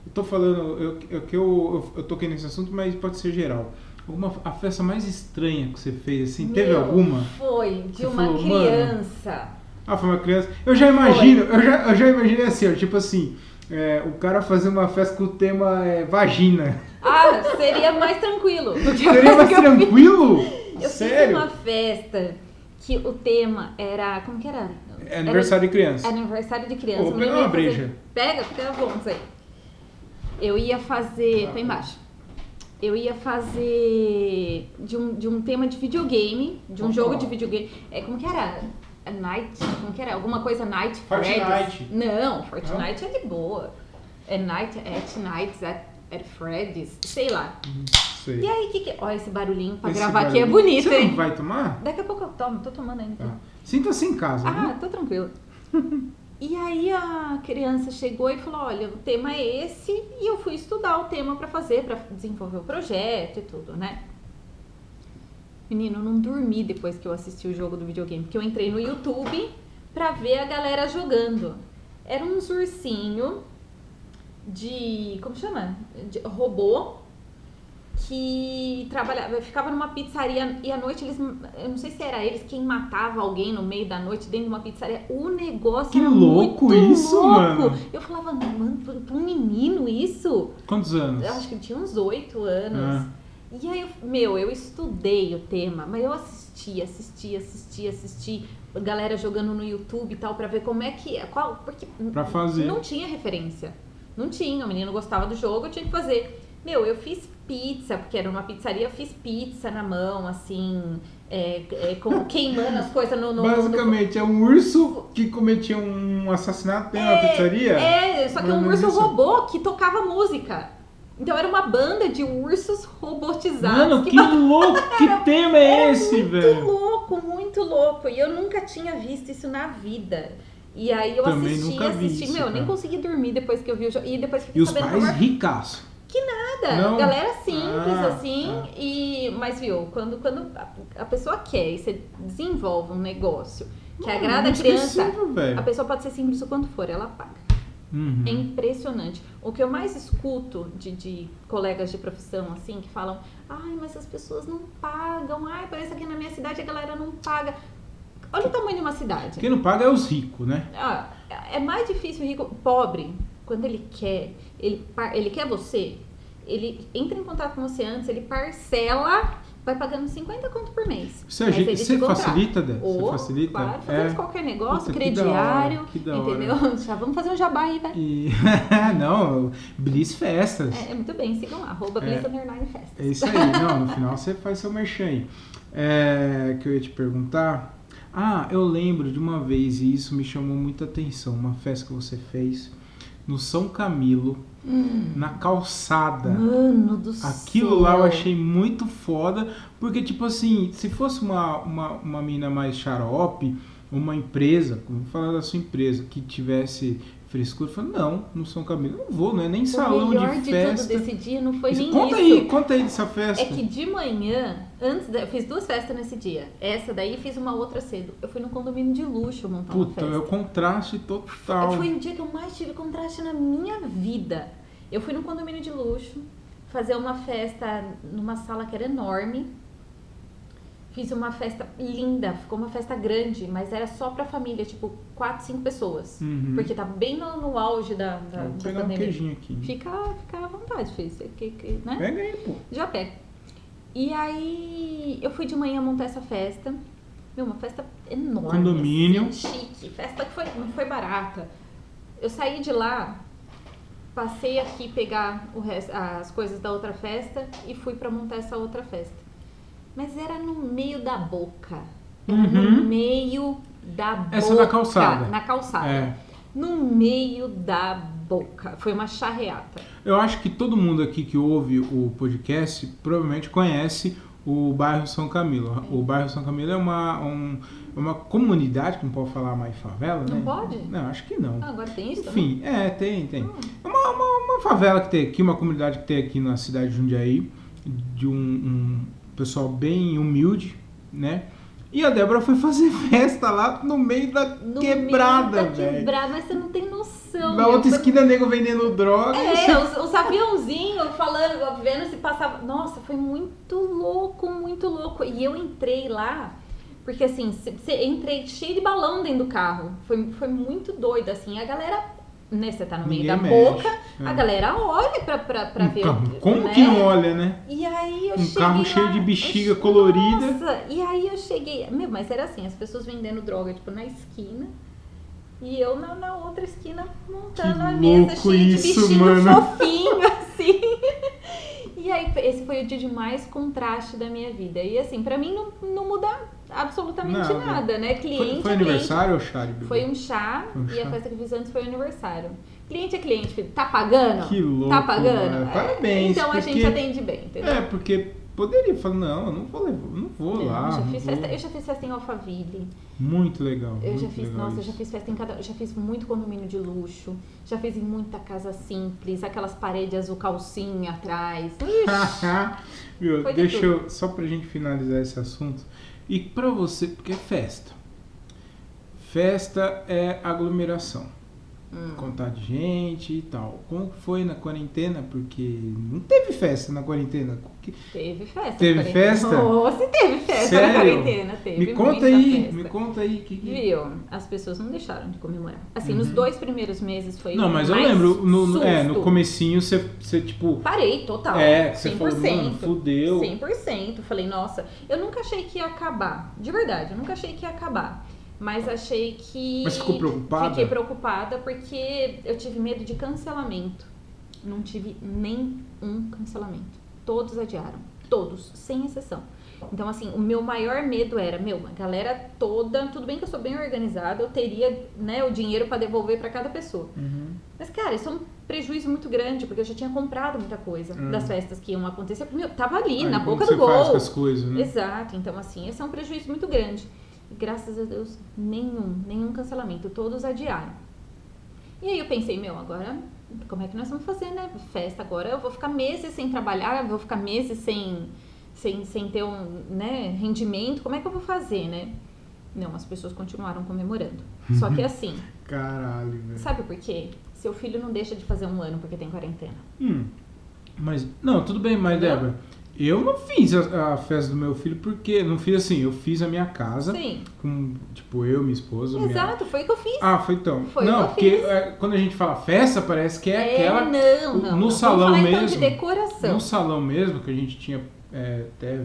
A: eu tô falando, eu, eu, é que eu, eu, eu toquei nesse assunto, mas pode ser geral. Alguma, a festa mais estranha que você fez, assim, teve
B: Meu,
A: alguma?
B: Foi, de
A: Você
B: uma
A: falou, "Mano,
B: criança.
A: Ah, foi uma criança. Eu já imagino, eu já, eu já imaginei assim, ó, tipo assim, é, o cara fazer uma festa com o tema é, vagina.
B: Ah, seria mais tranquilo. do que a
A: (laughs) Seria mais
B: festa que (laughs) eu fiz.
A: tranquilo?
B: (laughs) Eu
A: Sério?
B: fiz uma festa que o tema era. Como que era?
A: É aniversário de criança.
B: Era aniversário de criança.
A: Ô,
B: Eu me
A: pega uma
B: lembrei de
A: breja.
B: fazer- Pega, fica à vontade aí. Eu ia fazer. Tá embaixo. Eu ia fazer de um, de um tema de videogame, de um
A: Opa.
B: jogo de videogame. É, como que era? A Night? Como que era? Alguma coisa Night
A: Fortnite.
B: Freddy's? Não, Fortnite é de boa. É Night at Night at, at Freddy's, sei lá.
A: Sei.
B: E aí, que que. Ó, esse barulhinho pra
A: Esse
B: gravar aqui é
A: barulho-
B: bonito,
A: Você não
B: hein?
A: vai tomar?
B: Daqui a pouco eu tomo, tô tomando ainda.
A: Tá. Sinta-se em casa.
B: Ah,
A: né?
B: tô tranquila. E aí a criança chegou e falou: "Olha, o tema é esse" e eu fui estudar o tema pra fazer, pra desenvolver o projeto e tudo, né? Menino, eu não dormi depois que eu assisti o jogo do videogame, porque eu entrei no YouTube pra ver a galera jogando. Era uns ursinho de, como chama? De robô que trabalhava, ficava numa pizzaria e à noite eles, eu não sei se era eles quem matava alguém no meio da noite dentro de uma pizzaria. O negócio
A: Que
B: era
A: louco
B: muito
A: isso,
B: louco.
A: mano.
B: Eu falava, mano, pra pra um menino isso?
A: Quantos anos?
B: Eu acho que eu tinha uns oito
A: Ah.
B: anos. E aí, eu- meu, eu estudei o tema, mas eu assisti, assisti, assisti, assisti. Galera jogando no YouTube e tal, pra ver como é que é. Qual, porque
A: Pra fazer.
B: não tinha referência. Não tinha. O menino gostava do jogo, eu tinha que fazer. Meu, eu fiz pizza, porque era uma pizzaria, eu fiz pizza na mão, assim, é, é,
A: (laughs)
B: com- queimando as coisas no, no, no
A: Basicamente, é um urso que cometia um assassinato dentro da pizzaria?
B: É, só que
A: Mais ou
B: um
A: menos
B: urso
A: isso.
B: robô que tocava música. Então era uma banda de ursos robotizados.
A: Mano, que
B: ba-
A: louco! Que tema é esse,
B: muito
A: velho?
B: louco, muito louco. E eu nunca tinha visto isso na vida. E aí eu
A: Também
B: assisti,
A: nunca vi
B: assisti.
A: isso,
B: meu, eu nem
A: cara.
B: consegui dormir depois que eu vi o jogo. E depois
A: E
B: fiquei
A: os
B: sabendo
A: pais
B: como
A: ricaço.
B: é nada.
A: não?
B: Galera simples,
A: Ah,
B: assim.
A: tá.
B: E... Mas, viu, quando, quando a- a pessoa quer e você desenvolve um negócio que agrada a criança,
A: Inesquecível,
B: a
A: velho.
B: pessoa pode ser simples o quanto for, ela paga.
A: Uhum.
B: É impressionante. O que eu mais escuto de, de colegas de profissão, assim, que falam, ai, mas as pessoas não pagam, ai, parece que na minha cidade a galera não paga. Olha o tamanho de uma cidade.
A: Quem não paga é os ricos, né?
B: Ah, é mais difícil o rico. Pobre, quando ele quer, ele, par- ele quer você, ele entra em contato com você antes, ele parcela, vai pagando 50 conto por mês.
A: Você,
B: Mas
A: ajeita-
B: ele te
A: você
B: contrata.
A: facilita, Dé? Você
B: Ô,
A: facilita?
B: Claro, fazemos
A: é.
B: qualquer negócio,
A: Puta, que da hora,
B: crediário,
A: que da hora.
B: entendeu? (laughs) Já vamos fazer um jabá aí, vai.
A: E... (laughs) não, Bliss Festas.
B: É, é muito bem, sigam lá, arroba
A: É.
B: Bliss Underline Fest.
A: É
B: (laughs)
A: isso aí, não, no final você faz seu merchan aí. É, que eu ia te perguntar. Ah, eu lembro de uma vez, e isso me chamou muita atenção, uma festa que você fez no São Camilo, na calçada.
B: Hum, Mano do céu.
A: Aquilo lá eu achei muito foda, porque tipo assim, se fosse uma, uma, uma mina mais xarope, uma empresa, vamos falar da sua empresa, que tivesse frescura, eu falei, não, no São Camilo, eu não vou, não é nem
B: o
A: salão
B: melhor
A: de festa.
B: tudo desse dia não foi nem
A: conta
B: isso.
A: aí, conta aí dessa festa.
B: É que de manhã, antes da, eu fiz duas festas nesse dia. Essa daí e fiz uma outra cedo. Eu fui num condomínio de luxo montar uma
A: Puta,
B: festa.
A: é o contraste total.
B: Foi o dia que eu mais tive contraste na minha vida. Eu fui num condomínio de luxo fazer uma festa numa sala que era enorme. Fiz uma festa linda, ficou uma festa grande, mas era só pra família, tipo, quatro, cinco pessoas.
A: Uhum.
B: Porque tá bem no, no auge da, da,
A: Vou
B: da
A: pegar um
B: pandemia.
A: queijinho aqui.
B: Fica, fica à vontade, filho. Você que- que- né?
A: Pega aí, pô.
B: Já pego. E aí eu fui de manhã montar essa festa. Meu, uma festa enorme.
A: Condomínio.
B: assim, chique. Festa que foi, não foi barata. Eu saí de lá, passei aqui pegar o res- as coisas da outra festa e fui pra montar essa outra festa. Mas era no meio da boca. Era no
A: Uhum.
B: meio da boca.
A: Essa é na calçada.
B: Na calçada.
A: É,
B: No meio da boca. Foi uma charreata.
A: eu acho que todo mundo aqui que ouve o podcast provavelmente conhece o bairro São Camilo. O bairro São Camilo é uma, um- é uma comunidade, que não pode falar mais favela,
B: Não
A: né?
B: pode?
A: Não, acho que não.
B: Ah, agora tem isso também? Hum.
A: Enfim, é, tem, tem. É uma, uma, uma favela que tem aqui, uma comunidade que tem aqui na cidade de Jundiaí, de um, um pessoal bem humilde, né? E a Débora foi fazer (laughs) festa lá no meio da
B: No
A: quebrada,
B: meio da
A: velho.
B: Quebrada, mas você não tem noção.
A: Na
B: meu.
A: outra esquina, nego vendendo droga.
B: É, os, os aviãozinhos falando, vendo se passava. Nossa, foi muito louco, muito louco. E eu entrei lá, porque assim, se- se- entrei cheio de balão dentro do carro. Foi, foi muito doido, assim. A galera, né, você tá no meio
A: Ninguém
B: da
A: mexe,
B: boca,
A: é.
B: a galera olha pra, pra, pra
A: Um
B: ver.
A: carro- Como
B: né?
A: que não olha, né?
B: E aí eu
A: Um
B: cheguei
A: carro
B: lá,
A: cheio de bexiga
B: eu che-
A: colorida.
B: Nossa, e aí eu cheguei, meu, mas era assim, as pessoas vendendo droga, tipo, na esquina. E eu na, na outra esquina montando
A: Que
B: a mesa
A: louco
B: cheia
A: isso,
B: de bichinho
A: mano.
B: fofinho, (laughs) assim. E aí, esse foi o dia de mais contraste da minha vida. E assim, pra mim não, não muda absolutamente
A: Nada.
B: nada, né? Cliente
A: Foi,
B: é
A: foi
B: cliente.
A: aniversário ou chá?
B: Foi um chá,
A: Foi um
B: e
A: chá.
B: a festa que eu fiz antes foi aniversário. Cliente é cliente, filho. Tá pagando?
A: Que louco.
B: tá pagando?
A: mano.
B: É,
A: Parabéns.
B: Então a gente
A: porque-
B: atende bem, entendeu?
A: É, porque poderia falar, não, eu não vou levar, eu não vou
B: Não,
A: lá.
B: eu, já
A: não
B: fiz
A: vou.
B: festa, eu já fiz festa em Alphaville.
A: Muito legal.
B: Eu já
A: muito
B: fiz,
A: legal
B: nossa, eu
A: isso.
B: já fiz festa em cada. Já fiz muito condomínio de luxo. Já fiz em muita casa simples, aquelas paredes azul calcinha
A: (laughs)
B: atrás. Ixi,
A: Meu,
B: Foi de
A: deixa
B: tudo.
A: eu, só pra gente finalizar esse assunto. E pra você, porque é festa. Festa é aglomeração. contar de gente e tal. Como que foi na quarentena? Porque não teve festa na quarentena. Que-
B: Teve festa.
A: Teve
B: na
A: festa?
B: Oh, se teve festa na
A: Sério?
B: quarentena, teve.
A: Me conta
B: muita
A: aí,
B: festa.
A: me conta aí. Que, que-
B: Viu? As pessoas não deixaram de comemorar. Assim,
A: Uhum.
B: nos dois primeiros meses foi.
A: Não, mas eu
B: mais
A: lembro, no, no- é,
B: susto.
A: no comecinho você, você tipo.
B: Parei total.
A: É, que você falou,
B: 100%.
A: mano, fudeu.
B: 100%. Falei, nossa, eu nunca achei que ia acabar. De verdade, eu nunca achei que ia acabar. Mas achei que.
A: Mas ficou preocupada?
B: Fiquei preocupada porque eu tive medo de cancelamento. Não tive nenhum cancelamento. Todos adiaram. Todos, sem exceção. Então, assim, o meu maior medo era, meu, a galera toda, tudo bem que eu sou bem organizada, eu teria, né, o dinheiro pra devolver pra cada pessoa.
A: Uhum.
B: Mas, cara, isso é um prejuízo muito grande, porque eu já tinha comprado muita coisa
A: Hum.
B: das festas que iam acontecer. Meu, tava ali,
A: Aí
B: na
A: como
B: boca
A: você
B: do
A: faz
B: gol.
A: com as coisas, né?
B: Exato. Então, assim, esse é um prejuízo muito grande. E, graças a Deus, nenhum, nenhum cancelamento. Todos adiaram. E aí eu pensei, meu, agora, como é que nós vamos fazer, né? Festa agora, eu vou ficar meses sem trabalhar, eu vou ficar meses sem, sem, sem ter um né, rendimento. Como é que eu vou fazer, né? Não, as pessoas continuaram comemorando. Só
A: Uhum.
B: que assim,
A: Caralho, velho.
B: Sabe por quê? Seu filho não deixa de fazer um ano porque tem quarentena.
A: Hum. Mas, não, tudo bem, mas Débora, eu não fiz a, a festa do meu filho porque. Não fiz assim, eu fiz a minha casa.
B: Sim.
A: Com, tipo, eu, minha esposa, minha
B: Exato, foi o que eu fiz.
A: Ah, foi então.
B: Foi
A: não,
B: o que eu
A: porque é, quando a gente fala festa, parece que é, aquela.
B: não,
A: no
B: não. Vamos
A: salão
B: falar, Então, de
A: mesmo.
B: decoração.
A: No salão mesmo, que a gente tinha é, até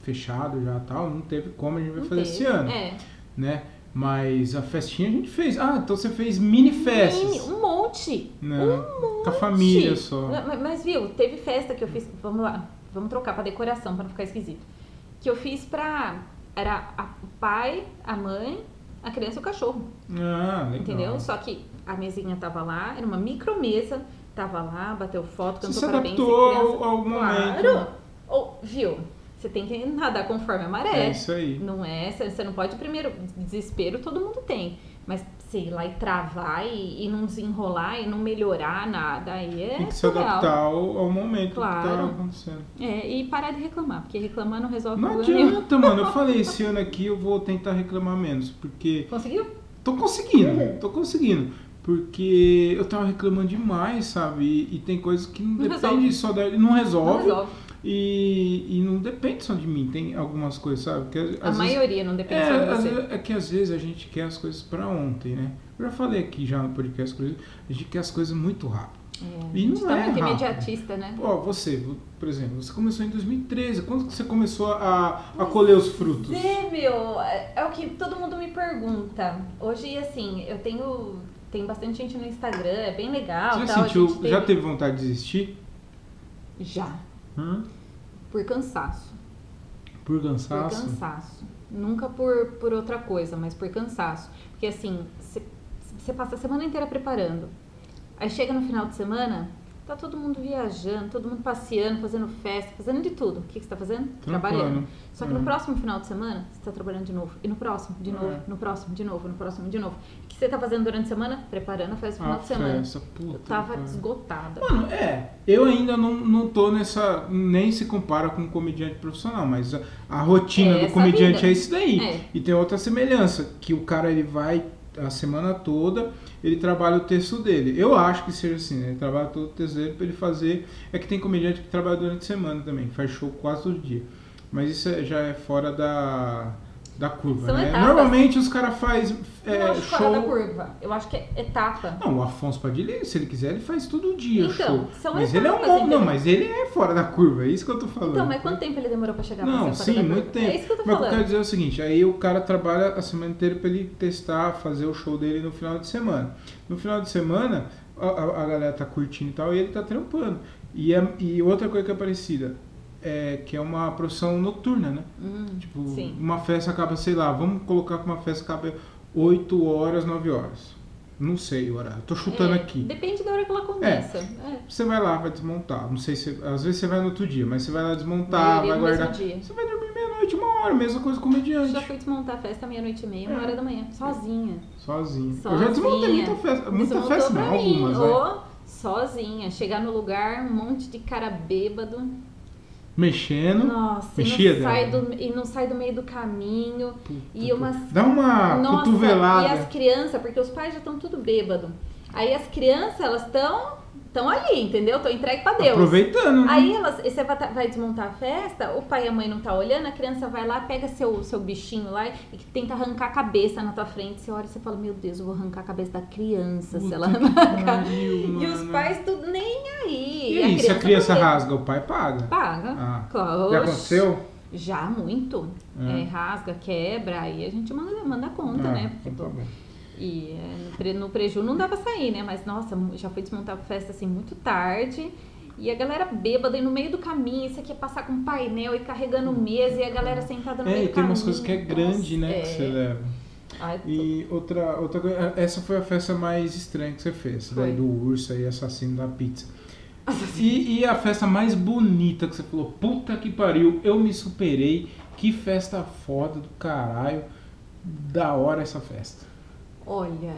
A: fechado já e tal, não teve como a gente vai
B: Não
A: fazer
B: teve.
A: esse ano,
B: É.
A: né? Mas a festinha a gente fez. Ah, então você fez mini festas. Né?
B: Mini, um monte.
A: Não, com a família
B: Sim.
A: só.
B: Mas, mas, viu, teve festa que eu fiz. Vamos lá, vamos trocar pra decoração, pra não ficar esquisito. Que eu fiz pra. Era a- o pai, a mãe, a criança e o cachorro.
A: Ah, legal.
B: Entendeu? Só que a mesinha tava lá, era uma micromesa, tava lá, bateu
A: Você
B: foto, cantou
A: se
B: parabéns.
A: adaptou
B: e criança-
A: ao, ao momento.
B: Claro! Ou, viu? Você tem que nadar conforme a
A: É
B: maré.
A: isso aí.
B: Não é? Você você não pode primeiro. Desespero todo mundo tem. Mas sei lá, e travar e, e não desenrolar e não melhorar nada. Aí é.
A: Tem que se
B: surreal.
A: adaptar ao, ao momento que tá
B: Claro. Tá
A: acontecendo.
B: É, e parar de reclamar, porque reclamar não resolve
A: Não
B: problema nenhum.
A: adianta, mano.
B: (laughs)
A: Eu falei, esse ano aqui eu vou tentar reclamar menos, porque
B: Conseguiu?
A: Tô conseguindo, tô conseguindo. Porque eu tava reclamando demais, sabe? E, e tem coisas que não,
B: Não
A: depende
B: resolve.
A: só da. Não resolve.
B: Não resolve.
A: E, e não depende só de mim. Tem algumas coisas, sabe? Que, às
B: A
A: vezes-
B: maioria não depende
A: é,
B: só de
A: às
B: você.
A: vezes- é que às vezes a gente quer as coisas pra ontem, né? Eu já falei aqui já no podcast, inclusive, a gente quer as coisas muito rápido.
B: É,
A: E
B: a gente
A: não
B: tá
A: é
B: muito
A: rápido.
B: imediatista, né?
A: Ó, você, por exemplo, você começou em 2013. Quando que você começou a, a colher os frutos?
B: É, meu, é é o que todo mundo me pergunta. Hoje, assim, eu tenho. Tem bastante gente no Instagram, é bem legal.
A: Você já
B: tal, a
A: sentiu,
B: gente teve-
A: já teve vontade de desistir?
B: Já.
A: Hum?
B: Por cansaço.
A: Por
B: Por
A: cansaço?
B: cansaço. Nunca por, por outra coisa, mas por cansaço. Porque assim, você passa a semana inteira preparando. Aí chega no final de semana, tá todo mundo viajando, todo mundo passeando, fazendo festa, fazendo de tudo. O que você tá fazendo? Trabalhando.
A: Trabalhando.
B: Só que no
A: Uhum.
B: próximo final de semana, você tá trabalhando de novo. E no próximo, de novo,
A: É.
B: no próximo, de novo, no próximo, de novo. O que você tá fazendo durante a semana? Preparando a festa do final
A: A
B: de semana.
A: Ah, festa, puta
B: Eu tava
A: cara.
B: esgotada.
A: Mano, é, eu ainda não, não tô nessa. Nem se compara com um comediante profissional, mas a, a rotina
B: É
A: do
B: essa
A: comediante
B: vida.
A: é isso daí.
B: É.
A: E tem outra semelhança, que o cara ele vai a semana toda, ele trabalha o texto dele. Eu acho que seja assim, né? Ele trabalha todo o texto dele pra ele fazer. É que tem comediante que trabalha durante a semana também, que faz show quase todo dia. Mas isso é- já é fora da, da curva,
B: São
A: né?
B: etapas.
A: Normalmente os caras fazem
B: eu
A: é,
B: acho
A: show.
B: fora da curva. Eu acho que é etapa.
A: Não, o Afonso Padilha, se ele quiser, ele faz todo dia o
B: Então,
A: show.
B: são
A: mas ele é um
B: etapas,
A: bom, não,
B: entendeu?
A: mas ele é fora da curva, é isso que eu tô falando.
B: Então, mas quanto tempo ele demorou pra chegar
A: Não,
B: pra ser fora
A: sim,
B: da
A: muito
B: curva?
A: tempo.
B: É isso que eu tô
A: Mas o que eu quero
B: falando.
A: dizer é o seguinte, aí o cara trabalha a semana inteira pra ele testar, fazer o show dele no final de semana. No final de semana, a, a- a galera tá curtindo e tal, e ele tá trampando. E, é- e outra coisa que é parecida, é que é uma profissão noturna, né?
B: Hum,
A: Tipo,
B: sim.
A: uma festa acaba, sei lá, vamos colocar que uma festa acaba 8 horas, 9 horas. Não sei o horário, tô chutando
B: É,
A: aqui.
B: Depende da hora que ela começa. É.
A: Você vai lá, vai desmontar. Não sei se. Às vezes você vai no outro dia, mas você vai lá
B: Maioria
A: desmontar, tá, vai
B: no
A: guardar.
B: mesmo dia.
A: Você vai dormir meia-noite, uma hora, mesma coisa com o comediante.
B: Já fui desmontar a festa meia-noite e meia, uma
A: É.
B: hora da manhã, sozinha.
A: Sozinho. Eu já
B: Sozinha.
A: desmontei muita festa. É Muita
B: Desmontou
A: festa,
B: pra
A: não,
B: mim.
A: algumas, né?
B: Ô, sozinha. Chegar no lugar, um monte de cara bêbado.
A: Mexendo.
B: Nossa, e
A: Mexia, né?
B: não, sai
A: Débora?
B: do, e não sai do meio do caminho.
A: Puta
B: E
A: que-
B: umas-
A: Dá uma
B: Nossa, e
A: Ah, cotovelada.
B: as crianças, porque os pais já estão tudo bêbado. Aí as crianças, elas estão estão ali, entendeu? Estão entregue pra Deus.
A: Aproveitando, né?
B: Aí elas, e você vai tá- vai desmontar a festa, o pai e a mãe não tá olhando, a criança vai lá, pega seu, seu bichinho lá e que tenta arrancar a cabeça na tua frente. Você olha e você fala, meu Deus, eu vou arrancar a cabeça da criança se
A: Puta
B: ela
A: que
B: arrancar.
A: pariu,
B: (laughs) E os
A: mano.
B: pais tudo nem aí.
A: né? E aí, se a criança
B: não vê.
A: rasga, o pai paga.
B: Paga.
A: Ah.
B: Claro.
A: Já aconteceu?
B: Já, muito.
A: É.
B: É, rasga, quebra, aí a gente manda, manda conta,
A: Ah,
B: né?
A: então tá bom.
B: E é, no, pre, no preju não dá pra sair, né? Mas nossa, mu- já foi desmontar a festa assim muito tarde. E a galera bêbada e no meio do caminho, isso aqui é passar com painel e carregando mesa e a galera sentada no
A: É,
B: meio
A: e
B: do
A: tem umas
B: caminho.
A: coisas que é grande, né?
B: Nossa,
A: Que
B: é.
A: você leva.
B: Ai, tô-
A: E outra, outra coisa, essa foi a festa mais estranha que você fez, daí
B: Foi.
A: do urso aí, assassino da pizza. E, e a festa mais bonita que você falou, puta que pariu, eu me superei, que festa foda do caralho, da hora essa festa.
B: Olha,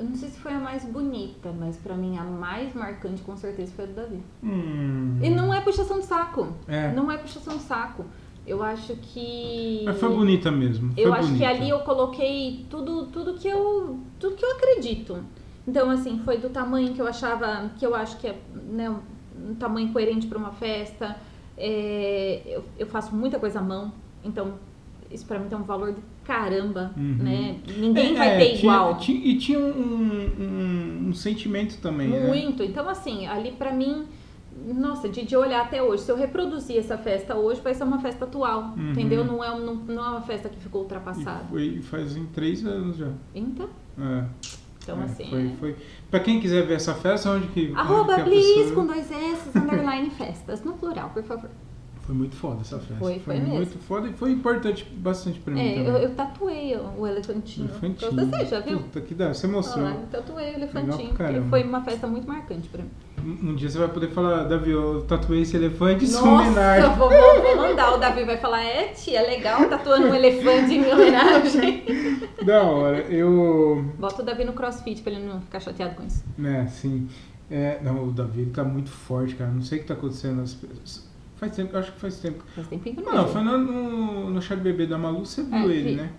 B: eu não sei se foi a mais bonita, mas pra mim a mais marcante com certeza foi a do Davi.
A: Hum,
B: E não é puxação de saco.
A: É.
B: Não é puxação de saco. Eu acho que.
A: Mas É, foi bonita mesmo. foi
B: Eu acho que
A: bonita.
B: ali eu coloquei tudo, tudo que eu, tudo que eu acredito. Então assim, foi do tamanho que eu achava, que eu acho que é né, um tamanho coerente para uma festa. É, eu, eu faço muita coisa à mão, então isso pra mim tem um valor do caramba,
A: Uhum.
B: né? Ninguém
A: É,
B: vai
A: é,
B: ter
A: tinha-
B: igual.
A: tinha- e tinha um, um- um sentimento também, né?
B: Muito. Então, assim, ali pra mim, nossa, de, de olhar até hoje, se eu reproduzir essa festa hoje, vai ser uma festa atual,
A: Uhum.
B: entendeu? Não é, um- não, não é uma festa que ficou ultrapassada.
A: E foi fazem três anos já.
B: Então,
A: É.
B: então
A: É,
B: assim.
A: Foi,
B: é.
A: foi. Pra quem quiser ver essa festa, onde que. onde
B: Arroba
A: que a
B: Bliss
A: pessoa-
B: com dois S, underline festas, no plural, por favor.
A: Foi muito foda essa festa.
B: Foi, foi mesmo.
A: muito foda e foi importante bastante pra mim
B: É, eu,
A: também.
B: eu tatuei o elefantinho.
A: Infantinho.
B: Você já viu?
A: Puta que dá, você mostrou.
B: Olha lá, eu tatuei o
A: pra
B: elefantinho, porque
A: caramba.
B: foi uma festa muito marcante pra mim.
A: Um um dia você vai poder falar, Davi, eu tatuei esse elefante em sua
B: Nossa, eu
A: homenagem.
B: vou, vou- vou mandar, o Davi vai falar, é tia, legal, tatuando um elefante em minha
A: (laughs)
B: homenagem.
A: (laughs) Da hora. Eu.
B: Bota o Davi no crossfit pra ele não ficar chateado com isso.
A: Né, sim. É, não, o Davi ele tá muito forte, cara. Não sei o que tá acontecendo. As pessoas- Faz tempo, eu acho que faz tempo.
B: Faz tempinho que eu não, é.
A: Não,
B: vejo.
A: foi no, no, no chá de bebê da Malu, você
B: É,
A: viu ele,
B: vi.
A: né?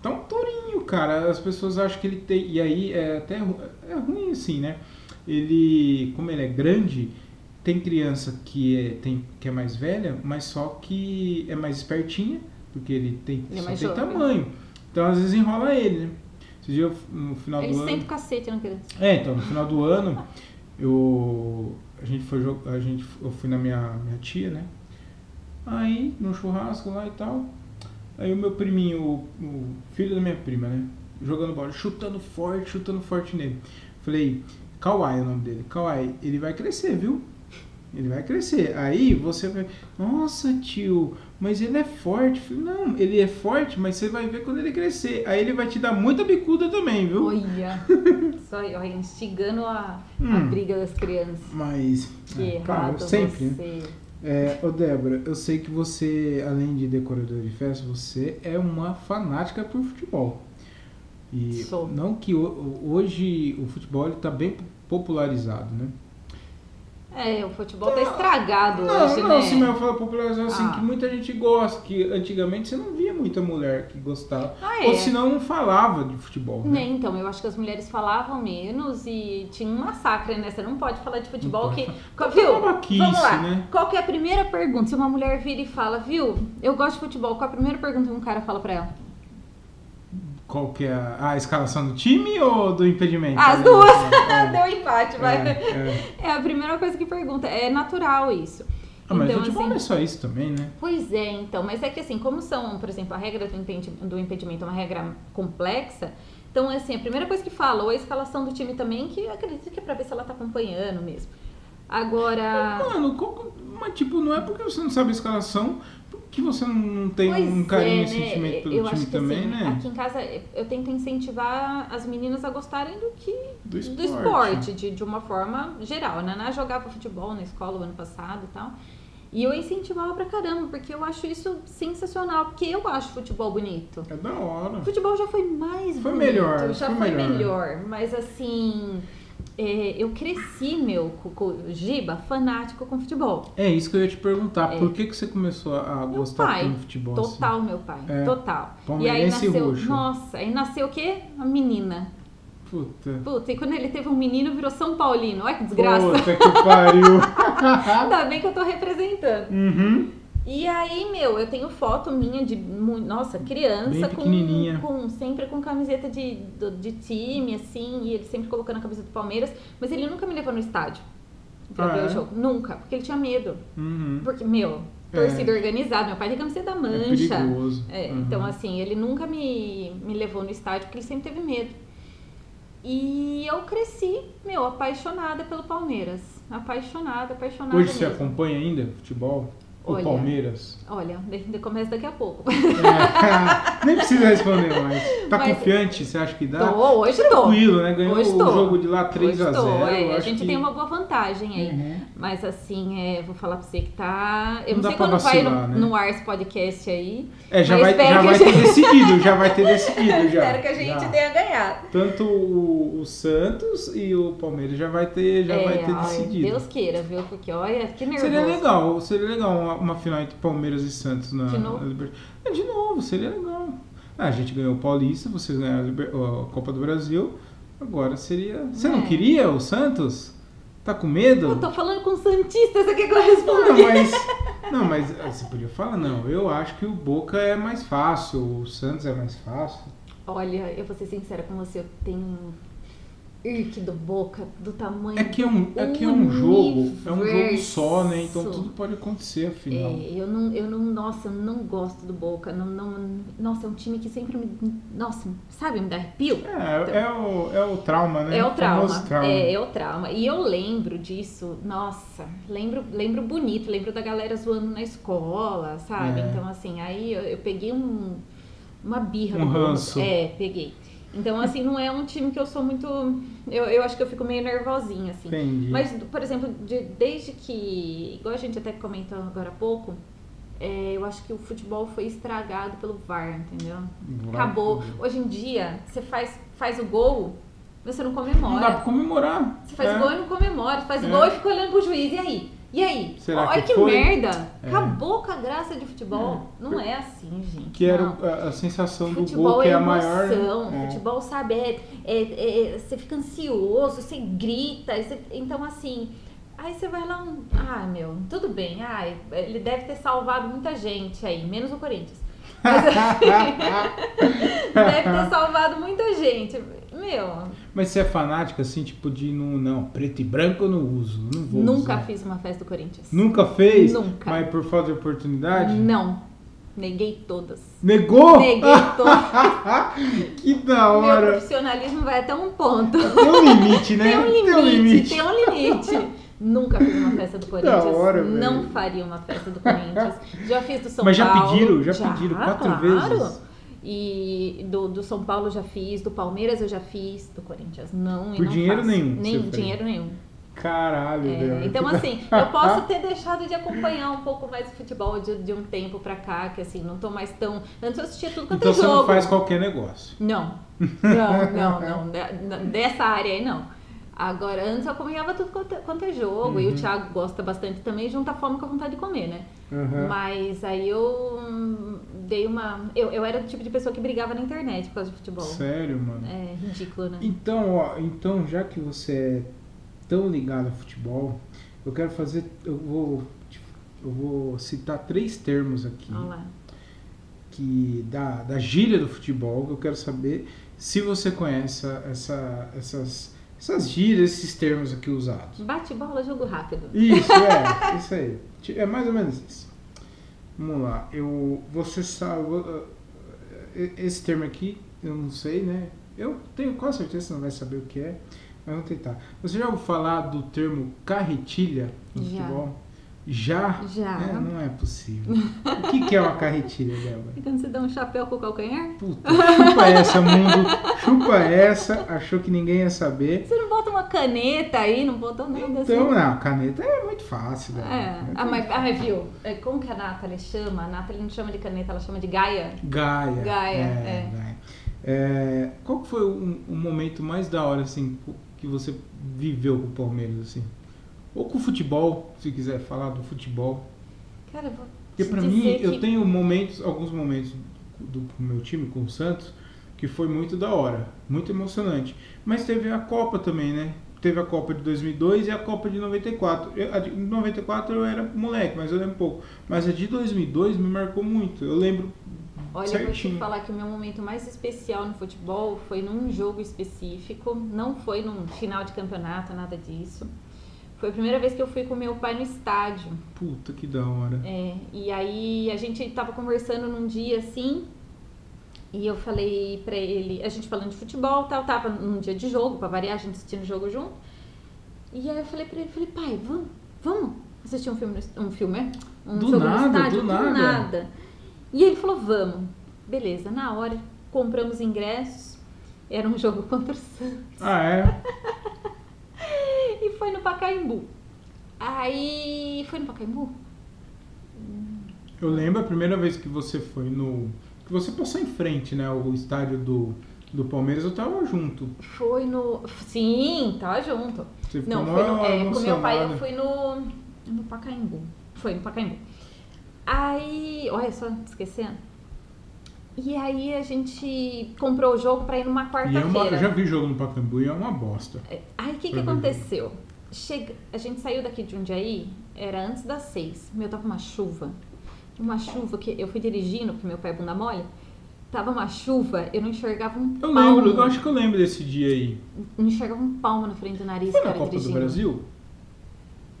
A: Tá um tourinho, cara. As pessoas acham que ele tem. E aí é até ru- é ruim assim, né? Ele, como ele é grande, tem criança que é, tem, que é mais velha, mas só que é mais espertinha, porque ele tem,
B: Ele é
A: só
B: mais
A: tem
B: jovem.
A: tamanho. Então às vezes enrola ele, né? Esse dia, eu f- no final
B: Ele
A: do ano.
B: senta o cacete na criança.
A: É, então, no final do ano, eu, a gente foi, jo- a gente, eu fui na minha, minha tia, né? Aí, num churrasco lá e tal. Aí o meu priminho, o, o filho da minha prima, né? Jogando bola, chutando forte, chutando forte nele. Falei, Kawai é o nome dele. Kawai, ele vai crescer, viu? Ele vai crescer. Aí você vai, nossa tio, mas ele é forte. Falei, não, ele é forte, mas você vai ver quando ele crescer. Aí ele vai te dar muita bicuda também, viu? (laughs)
B: Olha, só olha, instigando a, a
A: Hum.
B: briga das crianças.
A: Mas,
B: Que
A: é,
B: errado
A: claro, sempre. né?
B: você.
A: É, ô Débora, eu sei que você, além de decoradora de festa, você é uma fanática por futebol. E
B: Sou.
A: não que ho- ho- hoje o futebol está bem po- popularizado, né?
B: É, o futebol tá estragado hoje,
A: Então, não,
B: né?
A: se eu falar popularizado assim,
B: Ah.
A: que muita gente gosta, que antigamente você não via muita mulher que gostava.
B: Ah,
A: Ou
B: é.
A: senão não falava de futebol, né?
B: Né, então, eu acho que as mulheres falavam menos e tinha um massacre, né? Você não pode falar de futebol
A: Não
B: que.
A: pode
B: Qual-
A: Foi
B: Viu?
A: É uma babaquice,
B: Vamos lá.
A: né?
B: Qual que é a primeira pergunta? Se uma mulher vira e fala, viu, eu gosto de futebol, qual a primeira pergunta que um cara fala pra ela?
A: Qual que é a, a escalação do time ou do impedimento?
B: As
A: Né?
B: duas.
A: É,
B: Deu empate, (laughs) vai.
A: é, é.
B: É a primeira coisa que pergunta. É natural isso.
A: Ah, mas
B: então,
A: futebol
B: assim,
A: não é só isso também, né?
B: Pois é, então, mas é que assim, como são, por exemplo, a regra do, entende- do impedimento é uma regra complexa, então assim, a primeira coisa que fala, ou a escalação do time também, que eu acredito que é pra ver se ela tá acompanhando mesmo. Agora.
A: Mano, como- mas tipo, não é porque você não sabe a escalação que você não- não tem
B: pois
A: um carinho
B: é,
A: e sentimento
B: né?
A: pelo
B: eu
A: time
B: acho que
A: também,
B: assim,
A: né?
B: aqui em casa eu tento incentivar as meninas a gostarem do que
A: Do esporte.
B: esporte, de, de uma forma geral. A Naná jogava futebol na escola o ano passado e tal. E eu incentivava pra caramba, porque eu acho isso sensacional, porque eu acho futebol bonito.
A: É da hora.
B: O futebol já foi mais
A: Foi
B: bonito,
A: melhor,
B: já
A: foi
B: foi,
A: melhor.
B: melhor. mas assim é, eu cresci meu co- co- Giba fanático com futebol
A: É isso que eu ia te perguntar.
B: É.
A: Por que, que você começou a
B: Meu
A: gostar
B: pai,
A: tanto de futebol assim?
B: total meu pai
A: É.
B: total e aí
A: Palmeirense
B: nasceu
A: roxo.
B: nossa aí nasceu o quê a menina
A: Puta.
B: Puta, e quando ele teve um menino, virou São Paulino. Olha que desgraça.
A: Puta que pariu. (laughs)
B: Ainda bem que eu tô representando.
A: uhum.
B: E aí, meu, eu tenho foto minha de, mu- nossa, criança
A: Bem pequenininha.
B: com, com sempre com camiseta de, do- de time, assim, e ele sempre colocando a camisa do Palmeiras, mas ele nunca me levou no estádio pra
A: Ah,
B: ver
A: é?
B: o jogo. Nunca, porque ele tinha medo.
A: Uhum.
B: Porque, meu, torcida organizada, meu pai tem camiseta da
A: É
B: mancha.
A: perigoso.
B: É,
A: Uhum.
B: Então, assim, ele nunca me, me levou no estádio porque ele sempre teve medo. E eu cresci, meu, apaixonada pelo Palmeiras. Apaixonada, apaixonada
A: Hoje você
B: mesmo.
A: acompanha ainda futebol? O
B: Olha.
A: Palmeiras?
B: Olha, de- começa daqui a pouco.
A: É. (laughs) Nem precisa responder mais. Tá
B: Mas-
A: confiante? Você acha que dá?
B: Tô, hoje tô.
A: Tranquilo, né? Ganhou
B: Hoje
A: o
B: tô.
A: jogo de lá 3
B: hoje
A: a 0
B: tô. É,
A: eu
B: a
A: acho
B: gente
A: que-
B: tem uma boa vantagem aí.
A: Uhum.
B: Mas assim, é, vou falar pra você que tá. Eu
A: Não
B: não,
A: dá
B: sei
A: pra
B: quando vai
A: vacilar,
B: no,
A: né?
B: no ar esse podcast aí.
A: É, já
B: Mas
A: vai,
B: espero
A: já
B: que
A: vai
B: a
A: ter decidido, já vai ter decidido. Já,
B: (laughs) Espero que a gente
A: já.
B: tenha ganhado.
A: Tanto o, o Santos e o Palmeiras já vai ter, já
B: É,
A: vai ter
B: ai,
A: decidido.
B: Deus queira, viu? Porque olha, que nervoso.
A: Seria legal, seria legal uma, uma final entre Palmeiras e Santos na,
B: De novo?
A: na Libertadores. É, de novo, seria legal. Ah, a gente ganhou o Paulista, vocês ganharam a, Liber- a Copa do Brasil. Agora seria. Você não
B: É.
A: queria o Santos? Tá com medo?
B: Eu tô falando com Santistas aqui que eu respondo.
A: Não, mas.
B: (laughs)
A: Não, mas ah, você podia falar, não. Eu acho que o Boca é mais fácil, o Santos é mais fácil.
B: Olha, eu vou ser sincera com você, eu tenho irk do boca, do tamanho.
A: É que é um, é que é um jogo, é um jogo
B: Universo.
A: só, né? Então tudo pode acontecer, afinal.
B: É, eu não, eu não, nossa, eu não gosto do Boca. Não, não, nossa, é um time que sempre me. Nossa, sabe, me dá arrepio.
A: É, é o, é o trauma, né?
B: É o
A: famoso
B: trauma. É, é o trauma. E eu lembro disso, nossa, lembro, lembro bonito, lembro da galera zoando na escola, sabe?
A: É.
B: Então, assim, aí eu, eu peguei um, uma birra
A: Um
B: do Boca.
A: ranço.
B: É, peguei. Então, assim, não é um time que eu sou muito. Eu, eu acho que eu fico meio nervosinha, assim.
A: Entendi.
B: Mas, por exemplo, de- desde que. Igual a gente até comentou agora há pouco, é, eu acho que o futebol foi estragado pelo VAR, entendeu?
A: Vai
B: Acabou.
A: foder.
B: Hoje em dia, você faz, faz o gol, você não
A: Não dá pra
B: comemora.
A: comemorar.
B: Você faz
A: é.
B: o gol e não comemora. Faz
A: É.
B: o gol e fica olhando pro juiz. E aí? E aí?
A: Será
B: Olha
A: que
B: que,
A: foi?
B: merda!
A: É.
B: Acabou com a graça de futebol. Não é assim, gente.
A: Que era um
B: não.
A: o- a, a sensação do
B: Futebol
A: gol,
B: é
A: que é a
B: emoção,
A: maior. né? É.
B: futebol, sabe, é, é- é- você fica ansioso, você grita, e você- então assim, aí você vai lá, um, ah meu, tudo bem, ai, ele deve ter salvado muita gente aí, menos o Corinthians, (laughs) deve ter salvado muita gente, meu,
A: Mas você é fanática, assim, tipo, de não, não, preto e branco eu não uso, não vou
B: nunca
A: usar.
B: fiz uma festa do Corinthians,
A: Nunca fez?
B: Nunca.
A: Mas por falta de oportunidade?
B: não, neguei
A: (laughs)
B: todas,
A: Negou?
B: neguei todas,
A: que da
B: meu
A: hora!
B: profissionalismo vai até um ponto.
A: Tem um limite, né?
B: Tem um limite,
A: Tem um limite.
B: tem um limite. Nunca fiz uma festa do Corinthians.
A: Da hora, velho.
B: não faria uma festa do Corinthians. Já fiz do São
A: Mas já
B: Paulo.
A: pediram, já pediram quatro
B: claro.
A: vezes.
B: E do, do São Paulo eu já fiz, do Palmeiras eu já fiz, do Corinthians não. e
A: Por
B: não
A: dinheiro
B: faço.
A: nenhum, você
B: Nem
A: faria?
B: dinheiro nenhum.
A: Caralho,
B: um- É,
A: velho.
B: então, assim, eu posso ter deixado de acompanhar um pouco mais o futebol de, de um tempo pra cá, que assim, não tô mais tão. Antes eu assistia tudo quanto
A: Então
B: é
A: você
B: jogo.
A: não faz qualquer negócio.
B: Não, não, não, não. De- n- Dessa área aí não. Agora, antes eu acompanhava tudo quanto, é- quanto é jogo, e
A: Uhum.
B: o Thiago gosta bastante também, junta a fome com a vontade de comer, né?
A: Uhum.
B: Mas aí eu hum, dei uma. Eu, eu era do tipo de pessoa que brigava na internet por causa de futebol.
A: Sério, mano.
B: É ridículo, né?
A: Então, ó, então já que você é tão ligado ao futebol, eu quero fazer, eu vou, eu vou citar três termos aqui
B: Olha lá.
A: que da, da gíria do futebol. que Eu quero saber se você conhece essa, essas, essas gírias, esses termos aqui usados.
B: Bate bola, jogo rápido.
A: Isso é, isso aí. Ti- É mais ou menos isso. Vamos lá. Eu, você sabe eu vou- eh, esse termo aqui, eu não sei, né? Eu tenho quase certeza que você não vai saber o que é, mas vamos tentar. Você já ouviu falar do termo carretilha no
B: Já.
A: futebol? Já?
B: Já.
A: É, não é possível. O que, que é uma carretilha, Débora?
B: E quando você dá um chapéu com o calcanhar,
A: Puta, chupa essa, mundo. Chupa essa. Achou que ninguém ia saber.
B: você não bota uma caneta aí, não botou nada
A: Então,
B: assim.
A: não, caneta é muito fácil, Débora.
B: É, ah, mas, ah, mas viu? É, Como que a Nathalie chama? A Nathalie não chama de caneta, ela chama de gaia.
A: Gaia.
B: Gaia, é.
A: Gaia. É, qual que foi o, o momento mais da hora assim que você viveu com o Palmeiras assim? Ou com o futebol, se quiser falar do futebol.
B: Cara, eu vou
A: Porque
B: te
A: pra mim
B: dizer
A: eu
B: que-
A: tenho momentos, alguns momentos do, com o meu time com o Santos que foi muito da hora, muito emocionante. Mas teve a Copa também, né? Teve a Copa de 2002 e a Copa de 94. Eu, a de 94 eu era moleque, mas eu lembro pouco. Mas a de 2002 me marcou muito. Eu lembro
B: Olha, eu vou te
A: certinho.
B: falar que o meu momento mais especial no futebol foi num jogo específico, não foi num final de campeonato, nada disso. Foi a primeira vez que eu fui com meu pai no estádio.
A: Puta que da hora.
B: É, e aí a gente tava conversando num dia assim, e eu falei pra ele, a gente falando de futebol, tal, tava num dia de jogo, pra variar, a gente assistindo jogo junto. E aí eu falei pra ele, falei, pai, vamos, vamos assistir um filme, no est- um filme, é? um
A: Do
B: jogo no
A: nada,
B: estádio,
A: do nada.
B: E ele falou, vamos. Beleza, na hora, compramos ingressos, era um jogo (laughs) contra o Santos.
A: Ah, é?
B: E foi no Pacaembu. Aí, foi no Pacaembu?
A: Eu lembro a primeira vez que você foi no. que você passou em frente, né? O estádio do, do Palmeiras, eu tava junto.
B: Foi no. Sim, tava junto.
A: Você ficou
B: Não,
A: mó
B: foi no, é, com meu pai eu
A: emocionada.
B: fui no. No Pacaembu. Foi no Pacaembu. Aí. Olha só, esquecendo. E aí a gente comprou o jogo pra ir numa
A: E é uma, eu já
B: quarta-feira.
A: vi jogo no Pacaembu e é uma bosta.
B: Aí o que,
A: Foi
B: que aconteceu? Chega... A gente saiu daqui de Jundiaí, era antes das seis. Meu, tava uma chuva. Uma chuva que eu fui dirigindo, porque meu pai é bunda mole. Tava uma chuva, eu não enxergava um
A: Eu
B: palmo.
A: lembro, eu acho que eu lembro desse dia aí.
B: Não enxergava um palmo na frente do nariz,
A: Foi na
B: cara,
A: Copa do
B: dirigindo.
A: Brasil?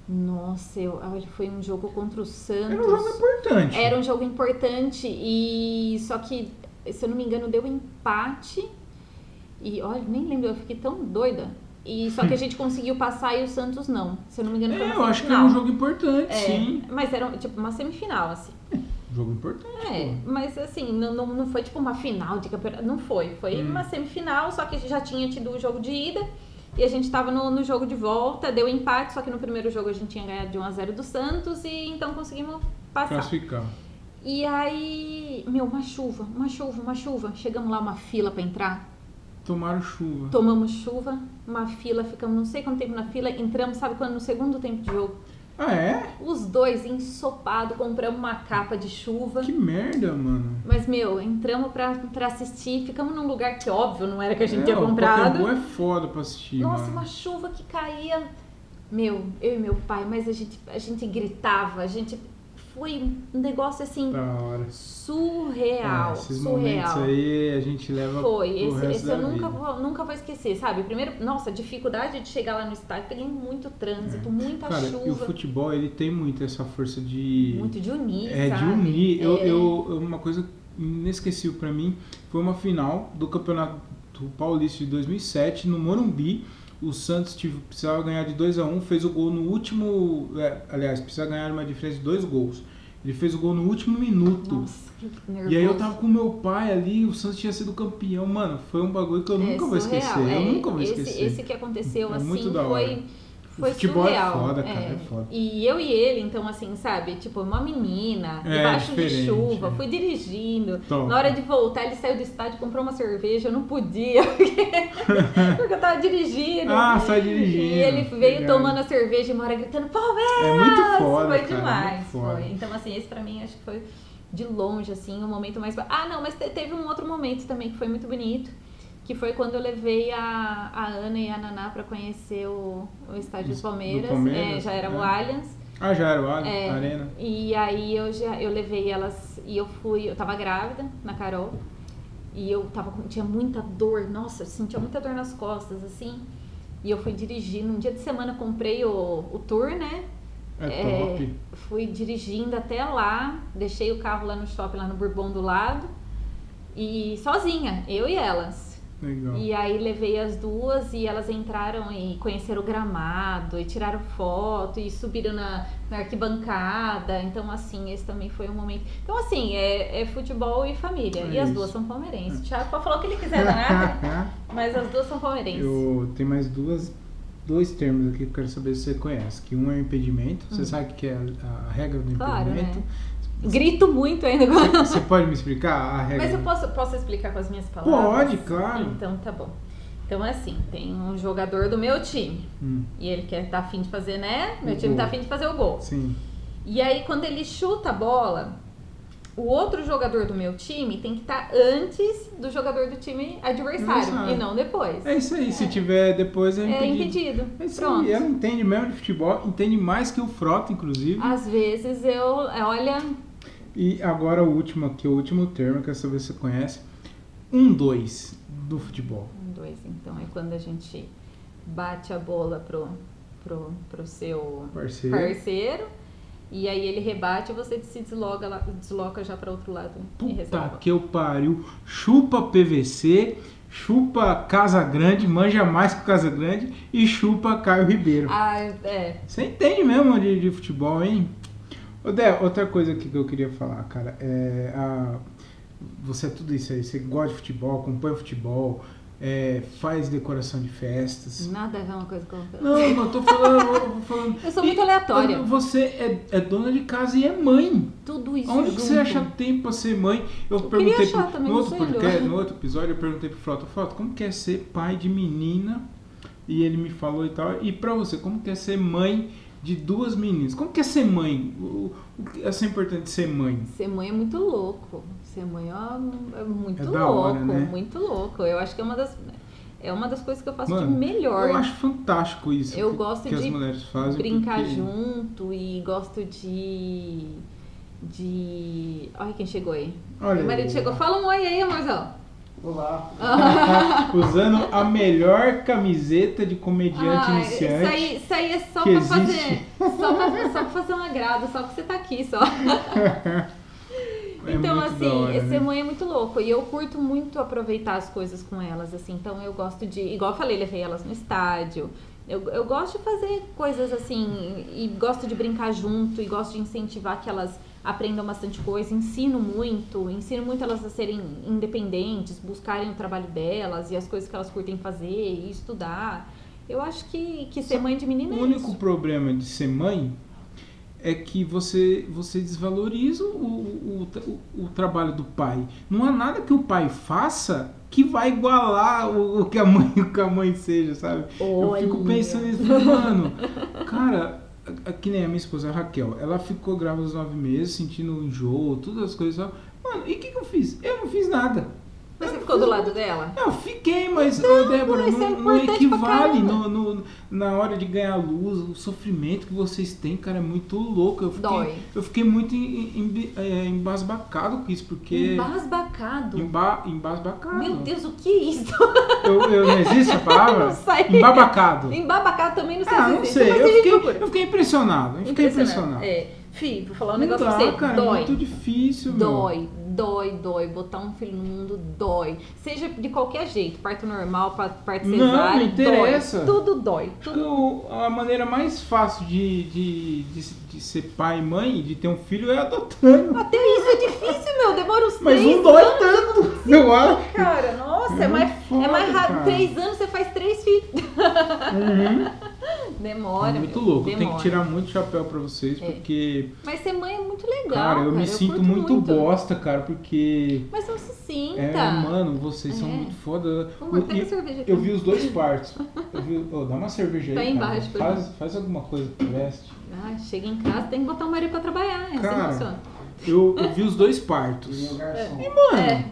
B: Nossa, eu, olha, foi um jogo contra o Santos.
A: Era um jogo importante.
B: Era um jogo importante e só que, se eu não me engano, deu empate. E olha, nem lembro, eu fiquei tão doida. E só que a gente conseguiu passar e o Santos não. Se eu não me engano, foi
A: Hum. É,
B: uma
A: eu acho que era
B: semifinal.
A: um jogo assim. importante,
B: É,
A: sim.
B: Mas era tipo uma semifinal, assim.
A: Jogo importante.
B: É,
A: pô.
B: mas assim, não, não, não foi tipo uma final de campeonato. Não foi. Foi
A: Hum.
B: uma semifinal, só que a gente já tinha tido o jogo de ida. E a gente tava no, no jogo de volta, deu empate, só que no primeiro jogo a gente tinha ganhado de 1x0 do Santos e então conseguimos passar.
A: Classificar.
B: E aí, meu, uma chuva, uma chuva, uma chuva. Chegamos lá, uma fila pra entrar.
A: Tomaram chuva.
B: Tomamos chuva, uma fila, ficamos não sei quanto tempo na fila. Entramos, sabe quando? No segundo tempo de jogo.
A: Ah, é?
B: Os dois ensopados, compramos uma capa de chuva.
A: Que merda, mano.
B: Mas, meu, entramos pra, pra assistir, ficamos num lugar que, óbvio, não era que a gente
A: é,
B: tinha
A: o
B: comprado.
A: Pacaembu é né? foda pra assistir,
B: Nossa,
A: mano.
B: uma chuva que caía. Meu, eu e meu pai, mas a gente, a gente gritava, a gente. Foi um negócio assim
A: Da hora.
B: surreal.
A: Tá. É, esses momentos
B: surreal.
A: aí a gente leva
B: Foi,
A: pro
B: esse,
A: resto
B: esse
A: da
B: eu
A: vida.
B: nunca vou, nunca vou esquecer, sabe? Primeiro, nossa, dificuldade de chegar lá no estádio, peguei muito trânsito, muita
A: É. Cara, e o
B: chuva,
A: futebol, ele tem muito essa força de...
B: muito de unir,
A: É, de
B: sabe?
A: unir. Eu,
B: É.
A: eu, eu- uma coisa inesquecível pra mim foi uma final do Campeonato Paulista de 2007 no Morumbi. O Santos tive- precisava ganhar de 2 a 1 fez o gol no último. é, aliás, precisava ganhar uma diferença de dois gols. Ele fez o gol no último minuto.
B: Nossa, que nervoso.
A: E aí eu tava com meu pai ali, o Santos tinha sido campeão, mano. Foi um bagulho que eu nunca vou
B: surreal,
A: esquecer.
B: é.
A: eu nunca vou
B: esse,
A: esquecer.
B: Esse que aconteceu,
A: É
B: assim,
A: muito da hora.
B: foi, foi
A: o futebol
B: surreal.
A: é foda, cara. É, foda.
B: E eu e ele, então, assim, sabe? Tipo, uma menina,
A: É,
B: debaixo de
A: diferente,
B: chuva,
A: é.
B: fui dirigindo.
A: Top.
B: Na hora de voltar, ele saiu do estádio, comprou uma cerveja, eu não podia, (laughs) porque, porque eu tava dirigindo.
A: Ah, sai dirigindo.
B: E ele veio
A: Legal.
B: tomando a cerveja e uma hora gritando, Palmeiras!
A: É muito foda,
B: foi
A: cara.
B: demais.
A: muito foda.
B: Foi. Então, assim, esse pra mim acho que foi de longe, assim, o momento mais. Ah, não, mas te- teve um outro momento também que foi muito bonito. Que foi quando eu levei a, a Ana e a Naná pra conhecer o, o estádio do
A: Do
B: Palmeiras.
A: Palmeiras,
B: é, já era o
A: é.
B: Allianz.
A: Ah, já era o Allianz,
B: É.
A: Arena.
B: E aí eu já eu levei elas e eu fui, eu tava grávida na Carol. E eu tava com- tinha muita dor, nossa, eu sentia muita dor nas costas assim. E eu fui dirigindo, um dia de semana comprei o, o tour, né?
A: É,
B: É,
A: top.
B: Fui dirigindo até lá, deixei o carro lá no shopping, lá no Bourbon do lado. E sozinha, eu e elas.
A: Legal.
B: E aí levei as duas e elas entraram e conheceram o gramado e tiraram foto e subiram na, na arquibancada. Então, assim, esse também foi um momento. Então, assim, é, é futebol e família.
A: É
B: e as
A: isso. É.
B: duas são palmeirenses. O Thiago pode falar o que ele quiser,
A: (laughs)
B: né? Mas as duas são palmeirenses.
A: Eu tenho mais duas, dois termos aqui que eu quero saber se você conhece. Que um é impedimento. Você sabe o que é a, a regra do
B: Hum. Claro, né?
A: impedimento?
B: Grito muito ainda. agora.
A: Você pode me explicar a regra?
B: Mas eu
A: do-
B: posso, posso explicar com as minhas palavras?
A: É. Pode, claro.
B: Então, tá bom. Então, assim, tem um jogador do meu time.
A: Hum,
B: E ele quer tá afim de fazer, né? Meu
A: O
B: time tá
A: gol.
B: afim de fazer o gol.
A: sim.
B: E aí, quando ele chuta a bola, o outro jogador do meu time tem que estar antes do jogador do time adversário
A: Adversário.
B: e não depois.
A: É isso aí, se tiver depois é
B: É
A: impedido.
B: impedido.
A: É isso
B: Pronto.
A: aí, ela entende mesmo de futebol, entende mais que o Frota, inclusive.
B: Às vezes eu, é, olha,
A: E agora o último aqui, o último termo, que eu saber se você conhece. Um, dois do futebol.
B: Um, dois, então. É quando a gente bate a bola pro, pro, pro seu
A: Parceiro.
B: parceiro. E aí ele rebate e você se desloca, lá, desloca já para outro lado e
A: Puta
B: resolve.
A: que eu pariu. Chupa PVC, chupa Casa Grande, manja mais que o Casa Grande e chupa Caio Ribeiro.
B: Ah, é.
A: Você entende mesmo de, de futebol, hein? Ô, Dé, outra coisa aqui que eu queria falar, cara, é a- você é tudo isso aí, você gosta de futebol, acompanha futebol, é, faz decoração de festas.
B: Nada a ver uma coisa com a outra.
A: Não, não, eu tô falando, eu tô falando.
B: Eu sou muito aleatória.
A: Você é, é dona de casa e é mãe.
B: Tudo isso
A: Onde que
B: junto.
A: você acha tempo pra ser mãe? Eu,
B: queria
A: perguntei
B: achar
A: pro- no
B: também, não
A: outro
B: sei onde eu
A: podcast,
B: acho.
A: no outro episódio, eu perguntei pro Frota, Frota, como que é ser pai de menina? E ele me falou e tal. E pra você, como que é ser mãe de duas meninas? Como que é ser mãe? O, o que é ser importante ser mãe?
B: Ser mãe é muito louco. Ser mãe ó, é muito
A: É da
B: louco,
A: hora, né?
B: muito louco. Eu acho que é uma das, é uma das coisas que eu faço de
A: Mano,
B: melhor.
A: Eu acho fantástico isso
B: Eu
A: que,
B: gosto
A: que as
B: de
A: mulheres fazem.
B: brincar
A: porque-
B: junto e gosto de. De. Olha quem chegou aí.
A: Olha
B: Meu marido
A: aí.
B: chegou. Fala um oi aí, amorzão.
C: Olá.
A: (laughs) Usando a melhor camiseta de comediante
B: Ah, isso,
A: iniciante.
B: aí, isso aí é só
A: que
B: pra fazer.
A: existe.
B: Só pra, só pra fazer um agrado, só que você tá aqui só.
A: É
B: então,
A: muito da
B: assim,
A: hora,
B: esse
A: né?
B: mãe é muito louco. E eu curto muito aproveitar as coisas com elas, assim. Então, eu gosto de... Igual eu falei, levei elas no estádio. Eu, eu gosto de fazer coisas assim. E gosto de brincar junto. E gosto de incentivar que elas aprendam bastante coisa. Ensino muito. Ensino muito elas a serem independentes. Buscarem o trabalho delas. E as coisas que elas curtem fazer. E estudar. Eu acho que, que ser
A: Só
B: mãe de menina
A: O
B: é
A: único
B: isso.
A: problema de ser mãe é que você, você desvaloriza o, o, o, o trabalho do pai. Não há nada que o pai faça que vai igualar o, o que a mãe (laughs) o que a mãe seja, sabe? Eu fico
B: Olha.
A: pensando nisso, mano. Cara, a- a- que nem a minha esposa a Raquel, ela ficou grávida aos nove meses, sentindo um enjoo, todas as coisas. sabe? Mano, e o que, que eu fiz? Eu não fiz nada.
B: Mas você ficou do lado dela?
A: Eu fiquei, mas,
B: Não,
A: ô, Débora,
B: mas isso é
A: não, não
B: importante pra
A: equivale
B: caramba.
A: no, no- na hora de ganhar a luz, o sofrimento que vocês têm, cara, é muito louco. Eu fiquei,
B: Dói.
A: Eu fiquei muito em- em- é, embasbacado com isso, porque.
B: Embasbacado.
A: Emba, embasbacado.
B: Meu Deus, o que é isso? (laughs)
A: Eu, eu, não existe essa palavra?
B: Não sei.
A: Embabacado.
B: Embabacado também não sei
A: Ah,
B: se
A: não
B: existe,
A: sei.
B: mas
A: Eu
B: a gente
A: fiquei,
B: procura.
A: eu fiquei impressionado. Eu fiquei impressionado.
B: É. Fih, vou falar um
A: não
B: negócio pra
A: dá,
B: você.
A: cara, é
B: dói.
A: muito difícil, meu.
B: Dói, dói, dói. Botar um filho no mundo dói. Seja de qualquer jeito, parto normal, pa- parto
A: Não,
B: cesárea,
A: não interessa.
B: dói. Tudo dói.
A: Acho que
B: Tudo.
A: o- a maneira mais fácil de, de, de, de ser pai e mãe, de ter um filho, é adotando.
B: Até isso é difícil, meu. Demora uns
A: Mas
B: três
A: não dói
B: anos.
A: tanto, eu acho.
B: Cara, nossa, é,
A: É
B: mais,
A: foda,
B: é mais rápido.
A: cara.
B: Três anos, você faz três filhos.
A: Uhum.
B: Demora,
A: É muito
B: meu,
A: louco,
B: demora.
A: tem que tirar muito chapéu pra vocês,
B: É.
A: porque,
B: Mas ser mãe é muito legal, cara.
A: cara, eu me sinto
B: curto
A: muito, bosta, cara, porque.
B: Mas não se sinta.
A: É, mano, vocês são
B: É.
A: muito foda.
B: Vamos, pega
A: E-
B: a cerveja aqui.
A: eu vi os
B: (laughs)
A: dois partos. Eu vi, ô, dá uma cerveja aí.
B: Tá
A: cara.
B: embaixo, por
A: faz, faz alguma coisa que preste.
B: Ah, chega em casa, tem que botar o marido pra trabalhar. É assim que
A: Cara,
B: funciona.
A: Eu, eu vi os dois
C: E
A: partos.
C: o garçom.
A: Mano,
B: É.
A: é.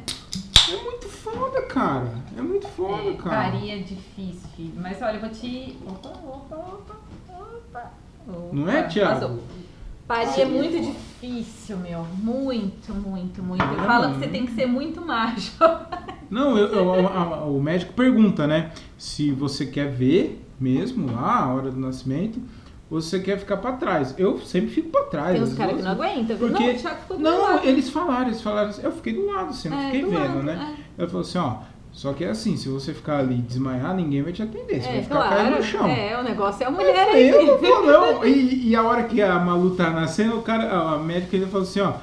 A: muito foda, cara. É muito foda,
B: É,
A: cara.
B: Faria difícil, filho. Mas olha, eu vou te. Opa, opa, opa, opa.
A: Não é,
B: Opa,
A: Thiago?
B: passou. Paria é muito difícil, meu. Muito, muito, muito. Eu
A: Não,
B: falo que
A: não.
B: você tem que ser muito macho.
A: Não, eu- eu- a- a- o médico pergunta, né? Se você quer ver mesmo lá a hora do nascimento, ou se você quer ficar pra trás. Eu sempre fico pra trás.
B: Tem uns
A: às
B: caras que
A: vezes.
B: não aguentam. viu?
A: Porque-
B: Não, o Thiago ficou do
A: Não,
B: lado.
A: eles falaram, eles falaram. assim, Eu fiquei do lado, assim, não
B: É,
A: fiquei
B: do
A: vendo,
B: lado,
A: né? Ela falou assim, ó. Só que é assim, se você ficar ali e desmaiar, ninguém vai te atender. Você
B: É,
A: vai
B: é
A: ficar caído no chão.
B: claro. É, o negócio é a mulher aí.
A: Eu não vou, não. E, e a hora que a Malu tá nascendo, o cara, a médica ele falou assim, ó.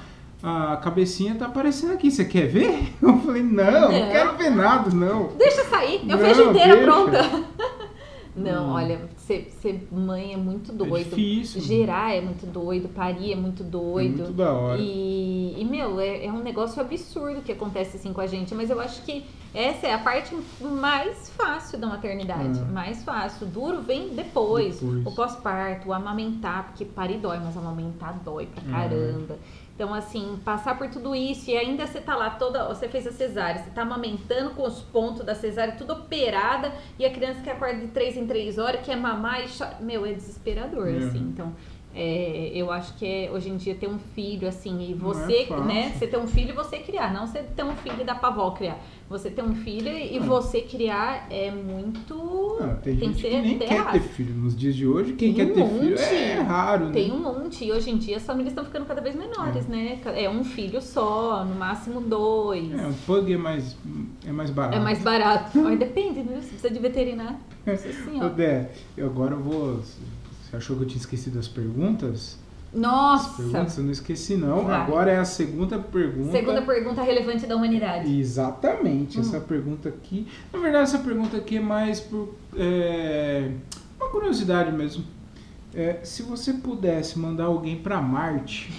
A: A cabecinha tá aparecendo aqui, você quer ver? (laughs) Eu falei, não, não
B: Não.
A: quero ver nada, não.
B: Deixa sair, eu
A: Não,
B: vejo inteira
A: deixa. Hum.
B: pronta. (laughs) Não, olha, ser, ser mãe é muito doido.
A: É difícil.
B: Gerar é muito doido, parir é muito doido.
A: É muito da hora.
B: E, e, meu, é, é um negócio absurdo que acontece assim com a gente, mas eu acho que essa é a parte mais fácil da maternidade.
A: É.
B: Mais fácil. Duro vem depois.
A: Depois. Uhum.
B: O pós-parto, o amamentar, porque parir dói, mas amamentar dói pra caramba. Então, assim, passar por tudo isso e ainda você tá lá toda. Você fez a cesárea, você tá amamentando com os pontos da cesárea, tudo operada, e a criança que acorda de três em três horas, quer mamar e chora. Meu, é desesperador,
A: Uhum.
B: assim. Então, é, eu acho que é, hoje em dia ter um filho, assim, e
A: Não é
B: você,
A: fácil.
B: né? Você ter um filho e você criar, não você ter um filho e dar pra avó criar. Você ter um filho e
A: É.
B: você criar é muito.
A: Ah, tem,
B: tem
A: gente
B: que
A: que,
B: ser
A: nem quer
B: errado.
A: ter filho. Nos dias de hoje, quem
B: Tem
A: quer
B: um
A: ter filho
B: monte.
A: é raro, né?
B: Tem um monte, e hoje em dia as famílias estão ficando cada vez menores, né? É um filho só, no máximo dois.
A: É, um pug é mais, é mais barato.
B: É mais barato. Mas depende, viu? Se precisa de veterinário.
A: (laughs)
B: Nossa
A: Ô,
B: senhora.
A: Dé, eu agora eu vou. Você achou que eu tinha esquecido as perguntas? As perguntas
B: Nossa!
A: eu não esqueci, não.
B: Vai.
A: Agora é a segunda pergunta.
B: Segunda Hum. pergunta relevante da humanidade.
A: Exatamente, essa pergunta aqui. Na verdade, essa pergunta aqui é mais por é, uma curiosidade mesmo. É, se você pudesse mandar alguém pra Marte,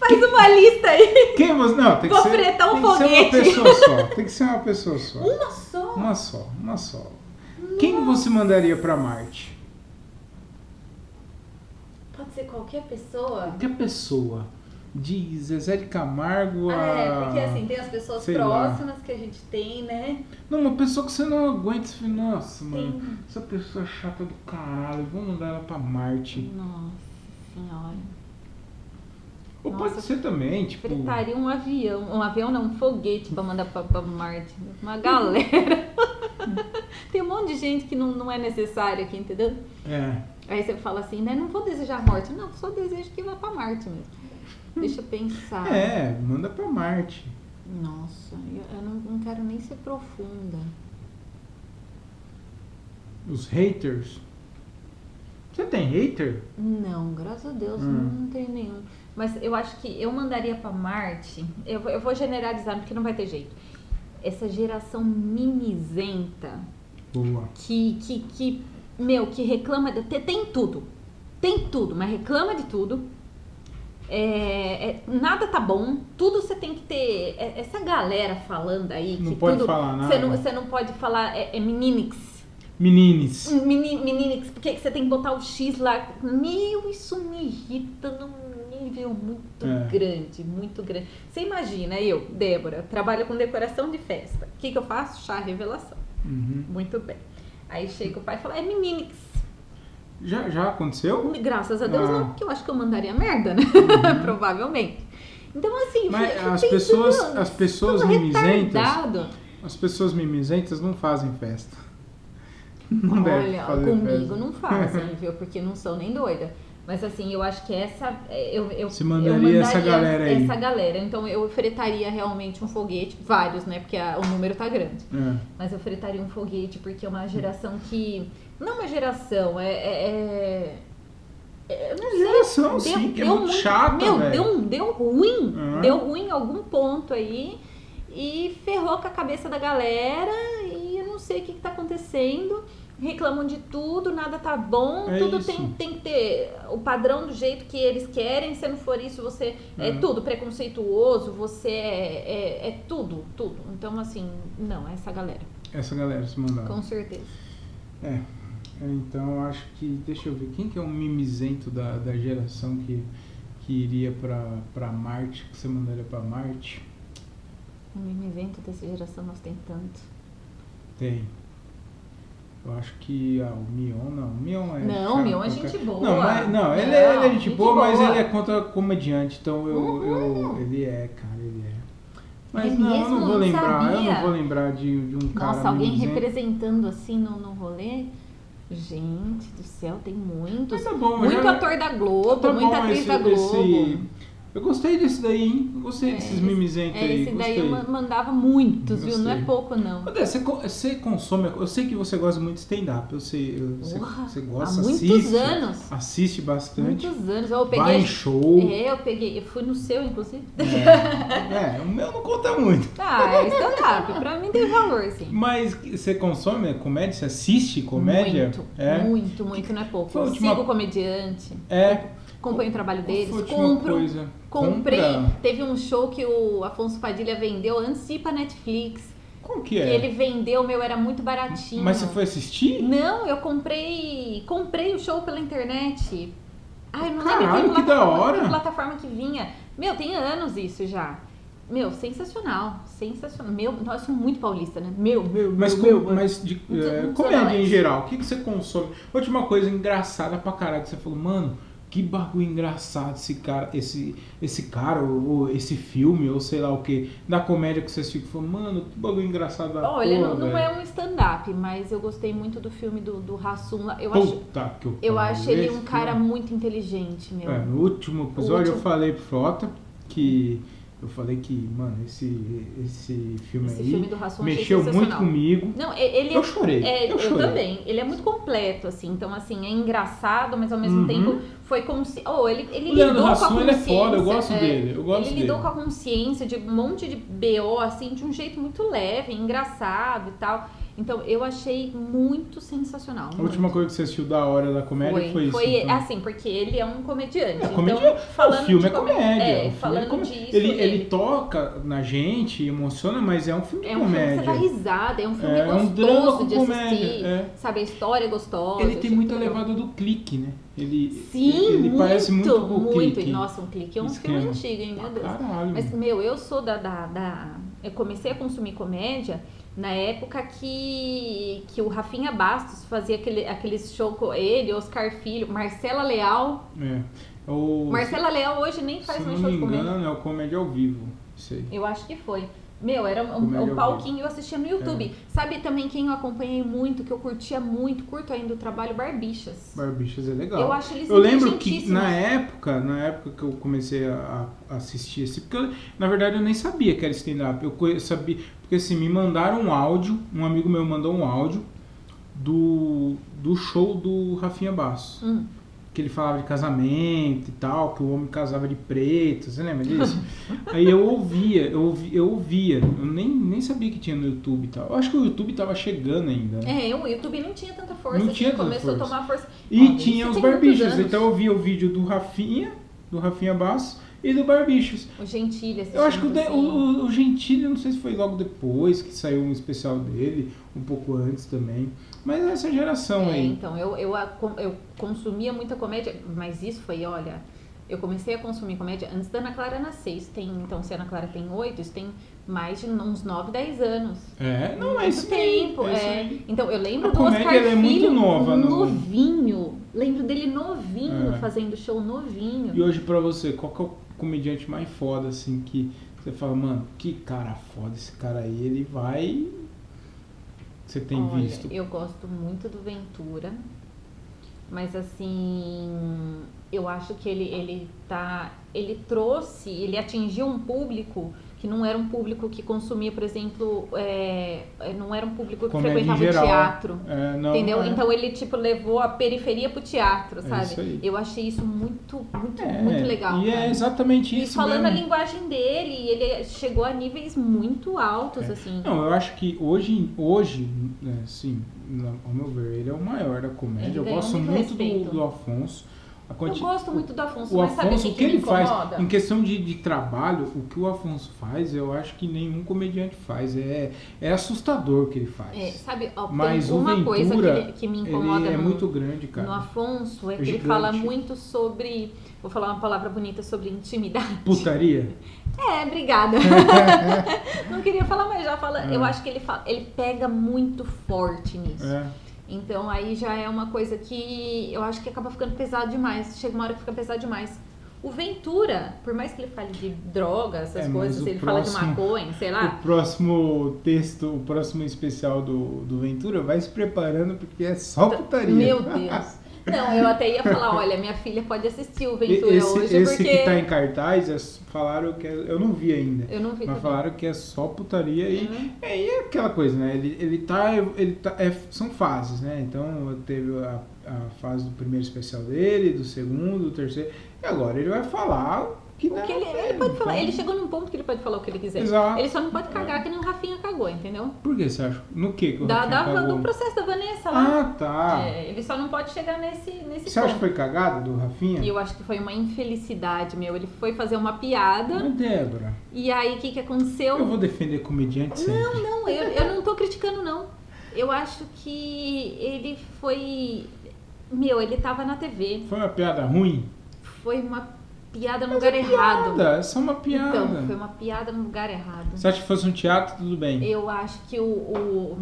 B: Faz uma lista aí.
A: quem é você. Não, tem que
B: Vou
A: ser.
B: fretar
A: tem
B: um
A: que ser uma
B: foguete.
A: pessoa só. Tem que ser uma pessoa só.
B: Uma só.
A: Uma só, uma só. Quem você mandaria pra Marte?
B: Pode ser qualquer pessoa.
A: Qualquer pessoa. De Zezé de Camargo
B: Ah,
A: a.
B: é, porque assim, tem as pessoas
A: Sei lá.
B: próximas que a gente tem, né?
A: Não, uma pessoa que você não aguenta. Você fala, Nossa, mano.
B: Tem.
A: Essa pessoa é chata do caralho. Vou mandar ela pra Marte.
B: Nossa senhora.
A: Ou
B: Nossa,
A: pode ser também, tipo.
B: Fritaria um avião. Um avião não, um foguete pra mandar pra, pra Marte. Uma galera. (laughs) tem um monte de gente que não, não é necessária aqui, entendeu?
A: É.
B: Aí você fala assim, né? Não vou desejar a morte. Não, só desejo que vá pra Marte mesmo. Deixa eu pensar.
A: É, manda pra Marte.
B: Nossa, eu, eu não, não quero nem ser profunda.
A: Os haters. Você tem hater?
B: Não, graças a Deus,
A: Hum.
B: não, não tem nenhum. Mas eu acho que eu mandaria pra Marte. Eu, vou- eu vou generalizar, porque não vai ter jeito. Essa geração mimizenta
A: Boa.
B: que, que, que meu, que reclama. De, tem, tem tudo. Tem tudo, mas reclama de tudo. É, é, nada tá bom, tudo você tem que ter. é- Essa galera falando aí que
A: Não pode
B: tudo.
A: falar nada.
B: Você não, você não pode falar. É, é meninix.
A: Menines.
B: Meni, meninix, porque você tem que botar o X lá. Meu, isso me irrita num nível muito
A: É.
B: grande, muito grande. Você imagina, eu, Débora, trabalho com decoração de festa. O que, que eu faço? Chá revelação.
A: Uhum.
B: Muito bem. Aí chega o pai e fala, é meninix.
A: Já, já aconteceu?
B: Graças a Deus
A: Ah. Uhum.
B: não, porque eu acho que eu mandaria merda, né? (laughs) Provavelmente. Então, assim, eu
A: Mas
B: fico
A: as
B: pensando,
A: pessoas, as pessoas
B: tudo
A: mimizentas,
B: retardado.
A: as pessoas mimizentas não fazem festa. (laughs) Não deve
B: Olha,
A: fazer
B: comigo
A: festa. (laughs)
B: não fazem, viu? Porque não sou nem doida. Mas assim, eu acho que essa. é, Eu, eu,
A: Você
B: eu
A: mandaria essa galera aí.
B: Essa galera. Então eu fretaria realmente um foguete, vários, né? Porque a- o número tá grande.
A: É.
B: Mas eu fretaria um foguete porque é uma geração que. Não uma geração, é. é, é- é- eu não sei.
A: Geração, sim, que é muito chata,
B: Meu,
A: velho.
B: deu, um- deu ruim.
A: É.
B: Deu ruim em algum ponto aí. E ferrou com a cabeça da galera. E eu não sei o que, que tá acontecendo. Reclamam de tudo, nada tá bom,
A: É
B: tudo
A: isso.
B: tem, tem que ter o padrão do jeito que eles querem. Se não for isso, você é,
A: É.
B: tudo preconceituoso, você é, é, é tudo, tudo. Então, assim, não, é essa galera.
A: Essa galera se mandava.
B: Com certeza.
A: É. É, Então eu acho que. Deixa eu ver, quem que é um mimizento da, da geração que, que iria pra, pra Marte, que você mandaria pra Marte?
B: O meme evento dessa geração nós tem tanto.
A: Tem. Eu acho que ah, o Mion não. O Mion é.
B: Não,
A: chato
B: o Mion é
A: pra
B: gente
A: caralho.
B: boa.
A: Não, mas, não, ele, é, ele é
B: Não,
A: gente
B: gente
A: boa, mas
B: boa. Uhum.
A: ele é contra comediante, então eu. eu ele é, cara, ele é. Mas
B: É
A: não, eu
B: mesmo?
A: não vou
B: Não
A: lembrar, eu não
B: sabia.
A: vou lembrar de, de um cara.
B: Nossa, alguém
A: mimizento.
B: representando assim no, no rolê? Gente do céu, tem muitos.
A: Mas tá bom,
B: Muito
A: já-
B: ator da Globo,
A: Tá
B: muita
A: bom
B: atriz
A: esse-
B: da Globo.
A: esse- Eu gostei desse daí, hein? Eu gostei desses
B: esse-
A: mimizentos
B: É,
A: aí.
B: esse
A: gostei.
B: daí eu ma- mandava muitos, viu? Não
A: Gostei.
B: é pouco, não.
A: Ô, Dé, você, co- você consome. Eu sei que você gosta muito de stand-up. Eu sei. eu- Você,
B: Porra,
A: você gosta,
B: há muitos
A: assiste.
B: anos.
A: Assiste bastante.
B: Muitos anos. Eu peguei.
A: vai em show.
B: (laughs) É, eu peguei. Eu fui no seu, inclusive. (laughs)
A: É. É, o meu não conta muito.
B: Ah, é stand-up. Pra mim tem valor, assim.
A: Mas você consome comédia? Você assiste comédia?
B: Muito,
A: é.
B: muito, muito, não é pouco.
A: Foi a
B: Eu
A: última-
B: sigo comediante,
A: É.
B: acompanho o trabalho deles,
A: Foi a última
B: compro.
A: coisa.
B: Comprei.
A: Compra.
B: Teve um show que o Afonso Padilha vendeu antes de ir pra Netflix.
A: Como que
B: Que
A: é?
B: ele vendeu, meu, era muito baratinho.
A: Mas você foi assistir?
B: Não, eu comprei. Comprei o show pela internet. Ai, eu não
A: Caralho,
B: lembro
A: que da
B: plataforma-
A: hora.
B: que plataforma que vinha. Meu, tem anos isso já. Meu, sensacional, sensacional. Meu, nós somos muito paulista, né? Meu, meu,
A: Mas,
B: meu,
A: com-
B: meu, meu.
A: mas de,
B: Não sei-
A: é,
B: não sei
A: comédia
B: não,
A: em
B: é.
A: geral, o que, que você consome? Última coisa engraçada pra caralho que você falou, mano, que bagulho engraçado esse cara, esse, esse cara, ou, ou esse filme, ou sei lá o que, da comédia que você assistiu, que falou, mano, que bagulho engraçado da
B: Olha,
A: porra,
B: não, não
A: velho."
B: é um stand-up, mas eu gostei muito do filme do, do Hassum. Eu acho,
A: Puta que eu
B: eu
A: pariu,
B: acho ele
A: esse
B: um cara muito inteligente, meu.
A: É, no último episódio
B: último.
A: eu falei pro Frota que eu falei que, mano, esse, esse filme
B: Esse
A: aí
B: filme do Hassum achei
A: mexeu muito
B: sensacional.
A: comigo.
B: Não, e- ele
A: Eu chorei.
B: é,
A: eu
B: eu
A: chorei.
B: também. Ele é muito completo, assim. Então, assim, é engraçado, mas ao mesmo
A: Uhum.
B: tempo foi consci... oh, ele, ele
A: O Leandro
B: lidou com a
A: Hassum, ele é
B: consciência.
A: foda, eu gosto
B: é.
A: dele. Eu gosto
B: ele lidou
A: dele.
B: com a consciência de um monte de BO, assim, de um jeito muito leve, engraçado e tal. Então, eu achei muito sensacional.
A: A última coisa que você assistiu da hora da comédia foi, isso. então.
B: assim, porque ele é um comediante.
A: É,
B: então,
A: comédia-
B: falando
A: o filme
B: de
A: é comédia.
B: É,
A: o filme
B: falando
A: é comédia.
B: disso,
A: ele,
B: ele-
A: ele toca na gente, emociona, mas é um filme de
B: É um filme que
A: comédia.
B: você dá risada, é um filme
A: É, é um
B: gostoso
A: drama com
B: de assistir.
A: comédia, é.
B: Sabe, a história é gostosa.
A: ele
B: eu
A: tem
B: achei
A: muita
B: muito legal.
A: levada do clique, né? Ele,
B: Sim,
A: ele
B: muito,
A: parece muito com o
B: muito.
A: clique.
B: E, nossa, um clique é um
A: Esquema.
B: filme antigo, hein, meu Deus.
A: Caralho.
B: Mas,
A: mano.
B: meu, eu sou da, da, da- Eu comecei a consumir comédia na época que, que o Rafinha Bastos fazia aquele, aqueles show com ele, Oscar Filho, Marcela Leal.
A: É. O,
B: Marcela Leal hoje nem
A: se
B: faz
A: não
B: mais
A: me
B: show de comédia.
A: engano, é o comédia ao vivo. Isso aí.
B: Eu acho que foi. Meu, era um,
A: Comédia ao
B: um
A: vivo.
B: palquinho, eu assistia no YouTube.
A: É.
B: Sabe também quem eu acompanhei muito, que eu curtia muito, curto ainda o trabalho, Barbichas.
A: Barbichas é legal.
B: Eu acho eles
A: Eu lembro que
B: inteligentíssimos.
A: na época, na época que eu comecei a, a assistir esse, porque eu, na verdade eu nem sabia que era stand-up. Eu conhe- sabia, porque assim, me mandaram um áudio, um amigo meu mandou um áudio do, do show do Rafinha Basso.
B: Hum.
A: Que ele falava de casamento e tal, que o homem casava de preto, você lembra
B: (laughs)
A: disso? Aí eu ouvia, eu ouvia, eu, ouvia, eu nem, nem sabia que tinha no YouTube e tal. Eu acho que o YouTube tava chegando ainda. né?
B: É, o YouTube não tinha tanta força.
A: Não
B: assim,
A: tinha tanta
B: começou
A: força.
B: a tomar força.
A: E
B: Olha,
A: tinha
B: Ah, isso
A: os
B: tem muitos
A: barbichos.
B: anos.
A: Então eu via o vídeo do Rafinha, do Rafinha Basso e do Barbichos.
B: O Gentili, assim.
A: Eu acho que o, de, o, o- o Gentili, eu não sei se foi logo depois que saiu um especial dele, um pouco antes também. Mas essa geração
B: É,
A: aí.
B: então, eu, eu, a- eu consumia muita comédia, mas isso foi, olha, eu comecei a consumir comédia antes da Ana Clara nascer. Isso tem, então, se a Ana Clara tem oito, isso tem mais de uns 9, 10 anos.
A: É, não, é
B: Muito
A: isso aí,
B: tempo,
A: é isso
B: é.
A: aí.
B: Então, eu lembro
A: A
B: do
A: comédia,
B: Oscar
A: ela é muito
B: Filho
A: nova, não-
B: novinho. Lembro dele novinho,
A: É.
B: fazendo show novinho.
A: E hoje pra você, qual que é o comediante mais foda, assim, que você fala, mano, que cara foda esse cara aí, ele vai. Você tem
B: Olha,
A: visto.
B: Eu gosto muito do Ventura, mas assim, eu acho que ele, ele tá. Ele trouxe, ele atingiu um público que não era um público que consumia, por exemplo, é, é, não era um público que
A: Comédia em
B: frequentava
A: geral,
B: o teatro.
A: É, não,
B: Entendeu?
A: é.
B: Então ele tipo levou a periferia pro teatro,
A: É
B: sabe?
A: isso aí.
B: Eu achei isso muito, muito,
A: É,
B: muito legal.
A: E é
B: cara.
A: exatamente
B: E
A: isso.
B: falando
A: mesmo.
B: a linguagem dele, ele chegou a níveis muito altos,
A: É.
B: assim.
A: Não, eu acho que hoje, hoje né, assim, na- ao meu ver, ele é o maior da
B: Ele
A: comédia. Eu
B: ganhou
A: gosto
B: muito
A: muito do,
B: respeito.
A: do Afonso. A
B: Eu
A: quanti-
B: gosto muito do Afonso,
A: o
B: mas sabe
A: Afonso,
B: o que,
A: o que ele
B: me
A: faz
B: incomoda?
A: em questão de, de trabalho, o que o Afonso faz, eu acho que nenhum comediante faz. É, é assustador o que ele faz.
B: É, sabe, ó,
A: Mas
B: tem
A: o
B: uma coisa que,
A: Ventura,
B: ele- que me incomoda
A: ele é
B: no,
A: muito grande, cara.
B: no Afonso é que ele
A: gigante.
B: fala muito sobre. Vou falar uma palavra bonita sobre intimidade. (laughs)
A: Putaria? (laughs)
B: É, obrigada. Não queria falar, mas já fala.
A: É.
B: Eu acho que ele fala, ele pega muito forte nisso.
A: É.
B: Então aí já é uma coisa que eu acho que acaba ficando pesado demais. Chega uma hora que fica pesado demais. O Ventura, por mais que ele fale de droga,
A: É,
B: essas
A: mas
B: coisas,
A: o
B: ele fala de
A: próximo-
B: maconha, sei lá.
A: O próximo texto, o próximo especial do, do Ventura, vai se preparando porque é só (laughs) putaria.
B: Meu Deus. Não, eu até ia falar, olha, minha filha pode assistir o Ventura
A: esse
B: hoje,
A: esse
B: porque
A: que tá em cartaz, é- falaram que é- eu não vi ainda.
B: eu não vi
A: Mas
B: também.
A: falaram que é só putaria e
B: Uhum.
A: é, e é aquela coisa, né? Ele, ele tá. Ele tá é, são fases, né? Então teve a, a fase do primeiro especial dele, do segundo, do terceiro. E agora ele vai falar o que
B: O
A: dá
B: que ele,
A: pra
B: ele pode falar,
A: então.
B: ele chegou num ponto que ele pode falar o que ele quiser.
A: Exato.
B: Ele só não pode cagar que nem o Rafinha cagou, entendeu?
A: Por que você acha? No que? que o
B: Da,
A: Rafinha
B: da-
A: cagou?
B: do processo da Vanessa lá.
A: Ah, tá.
B: É, ele só não pode chegar nesse, nesse
A: Você acha que
B: ponto.
A: foi cagada do Rafinha?
B: E eu acho que foi uma infelicidade, meu. Ele foi fazer uma piada
A: Mas, Débora,
B: e aí o que, que
A: eu...
B: aconteceu?
A: vou defender comediante sempre.
B: Não, não, eu, eu não tô criticando, não. Eu acho que ele foi. Meu, ele tava na TV.
A: Foi uma piada ruim?
B: foi uma piada no
A: Mas
B: lugar
A: é
B: errado.
A: Piada, é só uma piada.
B: Então, foi uma piada no lugar errado.
A: Se acha que fosse um teatro, tudo bem.
B: Eu acho que o. o-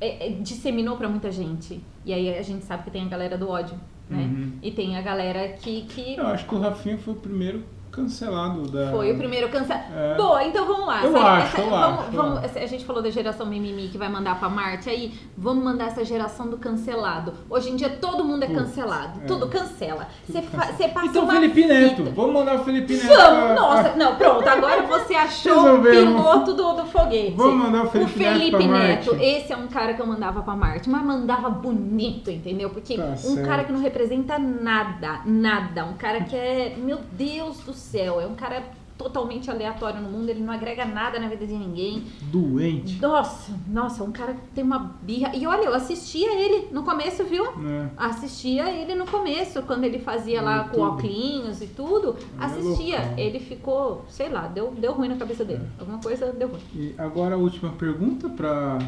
B: é- é- disseminou pra muita gente. E aí a gente sabe que tem a galera do ódio, né?
A: Uhum.
B: E tem a galera que, que
A: Eu acho que o Rafinha foi o primeiro cancelado da.
B: foi o primeiro cansado.
A: É.
B: Boa, então vamos lá.
A: Eu
B: Sabe,
A: acho, eu
B: vamos,
A: acho,
B: vamos-
A: eu
B: a gente falou da geração mimimi que vai mandar pra Marte aí. Vamos mandar essa geração do cancelado. Hoje em dia todo mundo é
A: Putz,
B: cancelado.
A: é.
B: Tudo cancela. Você fa-
A: cancela.
B: você passa
A: Então,
B: uma
A: Felipe Neto.
B: fita.
A: Vamos mandar o Felipe Neto. pra- Ah,
B: Vamos! Nossa, não, pronto, agora você achou o
A: Resolvemos.
B: piloto do, do foguete.
A: Vamos mandar o
B: O
A: Felipe,
B: Felipe
A: Neto pra
B: Neto,
A: Marte.
B: esse é um cara que eu mandava pra Marte, mas mandava bonito, entendeu? Porque
A: Tá
B: um
A: certo.
B: cara que não representa nada, nada. Um cara que é, meu Deus do céu, é um cara totalmente aleatório no mundo, ele não agrega nada na vida de ninguém.
A: Doente.
B: Nossa, nossa, um cara que tem uma birra. E olha, eu assistia ele no começo, viu?
A: Né?
B: Assistia ele no começo, quando ele fazia lá
A: No
B: com
A: YouTube.
B: óculos e tudo.
A: É
B: assistia.
A: loucão.
B: Ele ficou, sei lá, deu, deu ruim na cabeça dele. Alguma coisa deu ruim.
A: E agora a última pergunta pra.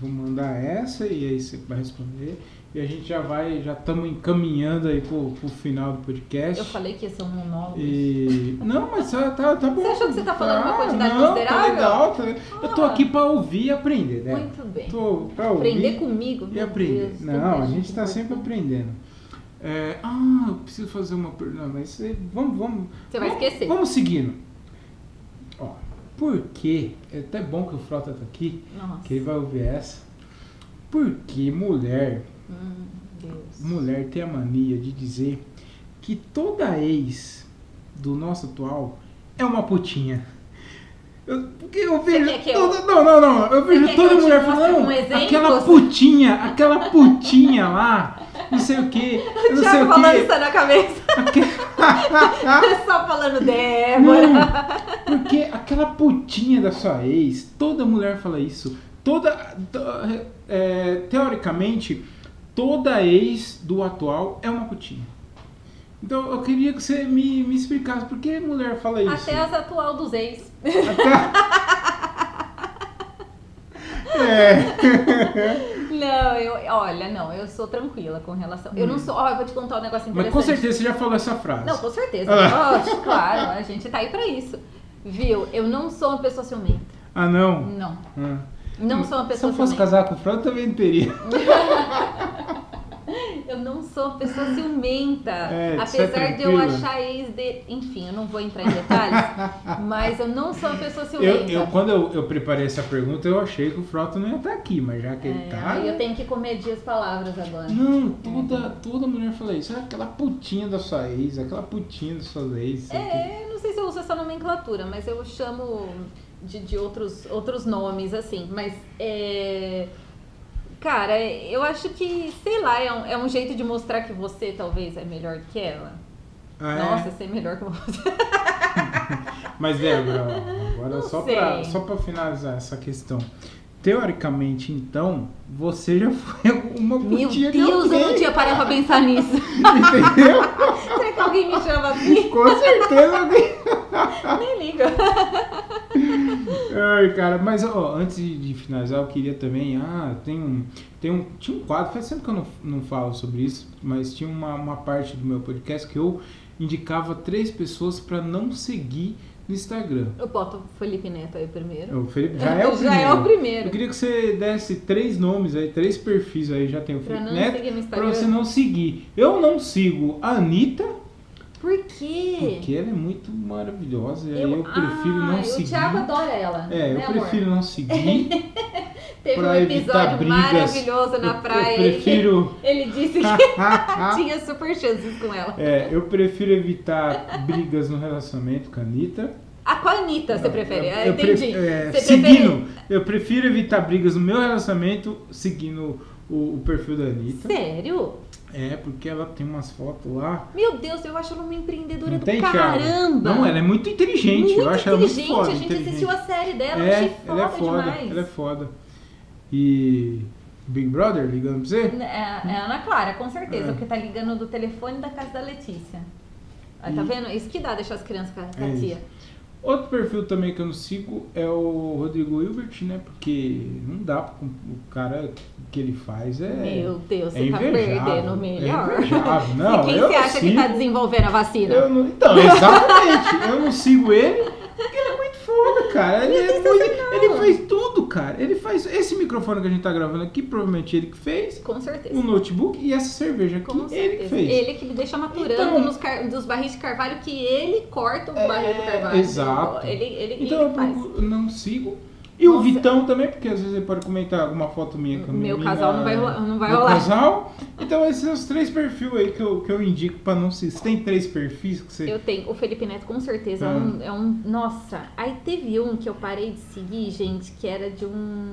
A: Vou mandar essa e aí você vai responder. E a gente já vai, já estamos encaminhando aí pro, pro final do podcast.
B: Eu falei que ia ser um monólogo.
A: E... Não, mas tá, tá, tá bom.
B: Você achou que você tá falando uma quantidade
A: não, Tá
B: considerável?
A: legal, tá legal. Eu tô
B: Ah.
A: aqui pra ouvir e aprender, né?
B: Muito bem.
A: Tô pra ouvir
B: Aprender comigo.
A: e
B: meu
A: aprender.
B: Deus,
A: não,
B: tanta
A: a gente
B: gente
A: tá sempre
B: importante.
A: aprendendo. É, ah, eu preciso fazer uma pergunta. Mas você- vamos, vamos.
B: Você vai
A: vamos-
B: esquecer.
A: Vamos seguindo. Ó, por que? É até bom que o Frota tá aqui,
B: Nossa.
A: que ele vai ouvir essa. Por que mulher
B: Hum, Deus.
A: mulher tem a mania de dizer que toda ex do nosso atual é uma putinha. Eu, porque eu vejo.
B: quer que eu-
A: toda, Não, não, não. Eu
B: Você
A: vejo
B: quer que eu
A: toda
B: te
A: mulher
B: mostre
A: falando.
B: um
A: "Não,
B: exemplo?"
A: aquela putinha, aquela putinha lá. Não sei o
B: (laughs)
A: que.
B: O
A: Não sei
B: Thiago
A: o Ah,
B: falando
A: que.
B: isso na cabeça. (laughs) Só falando Débora.
A: Não, (laughs) porque aquela putinha da sua ex, toda mulher fala isso. Toda. to- é, teoricamente, toda ex do atual é uma putinha. Então eu queria que você me, me explicasse por que mulher fala isso.
B: Até as atual dos ex.
A: É.
B: Não, eu, olha, não, eu sou tranquila com relação. Eu não sou. Ó, eu vou te contar um negócio
A: Hum. Mas
B: interessante.
A: com certeza você já falou essa frase.
B: Não, com certeza.
A: Ah.
B: Lógico, claro, a gente tá aí pra isso. Viu? Eu não sou uma pessoa ciumenta.
A: Ah, não?
B: Não.
A: Ah.
B: Não sou uma
A: Se
B: pessoa
A: eu fosse
B: ciumenta.
A: casar com o Fran, eu também teria.
B: Eu não sou uma pessoa ciumenta.
A: É, isso é
B: apesar de eu
A: tranquilo.
B: achar ex de. Enfim, eu não vou entrar em
A: (laughs)
B: detalhes, mas eu não sou uma pessoa
A: Eu,
B: ciumenta.
A: eu- quando eu, eu preparei essa pergunta, eu achei que o Frota não ia estar aqui, mas já que ele
B: É,
A: tá.
B: aí eu tenho que comedir as palavras agora.
A: Não, toda, toda mulher fala isso. Ah, aquela putinha da sua ex, aquela putinha da sua ex. aqui.
B: É, eu não sei se eu uso essa nomenclatura, mas eu chamo de, de outros, outros nomes, assim. Mas, é, cara, eu acho que, sei lá, é um, é um jeito de mostrar que você talvez é melhor que ela.
A: Ah, é?
B: Nossa, você é melhor
A: (laughs)
B: que você.
A: Mas Débora, ó, agora
B: Não
A: só
B: sei.
A: pra, só pra finalizar essa questão. Teoricamente, então, você já foi (laughs) uma
B: Meu
A: putinha
B: Deus,
A: de
B: eu
A: alguém,
B: não tinha parado pra pensar
A: (laughs)
B: nisso.
A: Entendeu?
B: Será que alguém me chama assim?
A: Com certeza alguém.
B: Nem liga.
A: Ai, cara, mas ó, antes de de finalizar, eu queria também. Ah, tem um. Tem um tinha um quadro, faz tempo que eu não, não falo sobre isso, mas tinha uma, uma parte do meu podcast que eu indicava três pessoas pra não seguir no Instagram.
B: Eu boto o Felipe Neto aí primeiro.
A: O Felipe já é o primeiro.
B: (laughs) Já é o primeiro.
A: Eu queria que você desse três nomes aí, três perfis aí, já tem o
B: Pra
A: Felipe
B: não
A: Neto,
B: seguir no
A: pra
B: Instagram.
A: você não seguir. Eu não sigo a Anitta,
B: Por quê?
A: porque ela é muito maravilhosa, e aí eu, prefiro
B: Ah,
A: não seguir.
B: O Thiago adora ela.
A: É, eu
B: né, amor?
A: prefiro não seguir.
B: Teve um
A: pra evitar
B: episódio
A: brigas.
B: maravilhoso (laughs) na
A: Eu-
B: praia.
A: Eu
B: ele-
A: prefiro.
B: (laughs) Ele,
A: (laughs)
B: disse que tinha super chances com ela.
A: É, eu prefiro evitar brigas no relacionamento com a Anitta.
B: A qual Anitta você prefere?
A: Eu-
B: Ah,
A: eu pref-
B: entendi.
A: é,
B: você
A: seguindo, eu prefiro evitar brigas no meu relacionamento seguindo o, o perfil da Anitta.
B: prefere... Sério?
A: É, porque ela tem umas fotos lá.
B: Meu Deus, eu acho ela uma empreendedora
A: Não
B: do
A: tem, Thiago?
B: caramba.
A: Não, ela é muito inteligente.
B: muito
A: eu acho ela muito
B: inteligente.
A: foda.
B: a gente
A: inteligente.
B: assistiu a série dela, eu
A: é,
B: achei foda
A: ela é foda.
B: demais.
A: Ela é foda. E. Big Brother, ligando pra você?
B: É, é a Ana Clara, com certeza,
A: É.
B: porque tá ligando do telefone da casa da Letícia. Ah,
A: E-
B: Tá vendo? Isso que dá deixar as crianças com a, com a
A: É isso.
B: tia.
A: Outro perfil também que eu não sigo é o Rodrigo Hilbert, né? Porque não dá, pra- o cara que ele faz é.
B: Meu Deus,
A: é
B: você tá
A: invejável,
B: perdendo o melhor.
A: É
B: (laughs)
A: invejável. Não,
B: e quem
A: eu
B: você
A: não
B: acha que
A: sigo.
B: tá desenvolvendo a vacina?
A: Eu não- então, exatamente. eu não sigo ele porque ele é muito foda, cara. Ele, é muito- ele faz tudo, cara. Ele faz. Esse microfone que a gente tá gravando aqui, provavelmente ele que fez.
B: Com certeza.
A: O notebook e essa cerveja aqui,
B: Com
A: ele que
B: certeza.
A: fez.
B: Ele que me deixa maturando
A: Então-
B: nos car- dos barris de carvalho que ele corta o barril do carvalho.
A: É, exato.
B: Ele, ele,
A: Então eu
B: ele faz.
A: procuro- não sigo. E o
B: Nossa.
A: Vitão também, porque às vezes ele pode comentar alguma foto minha com a
B: Meu
A: menina,
B: casal não vai rolar- não vai
A: meu
B: rolar.
A: casal. Então esses são os três perfis aí que eu, que eu indico pra não se. Você tem três perfis que você.
B: Eu tenho. O Felipe Neto, com certeza, é
A: Ah.
B: um, é um- Nossa, aí teve um que eu parei de seguir, gente, que era de um.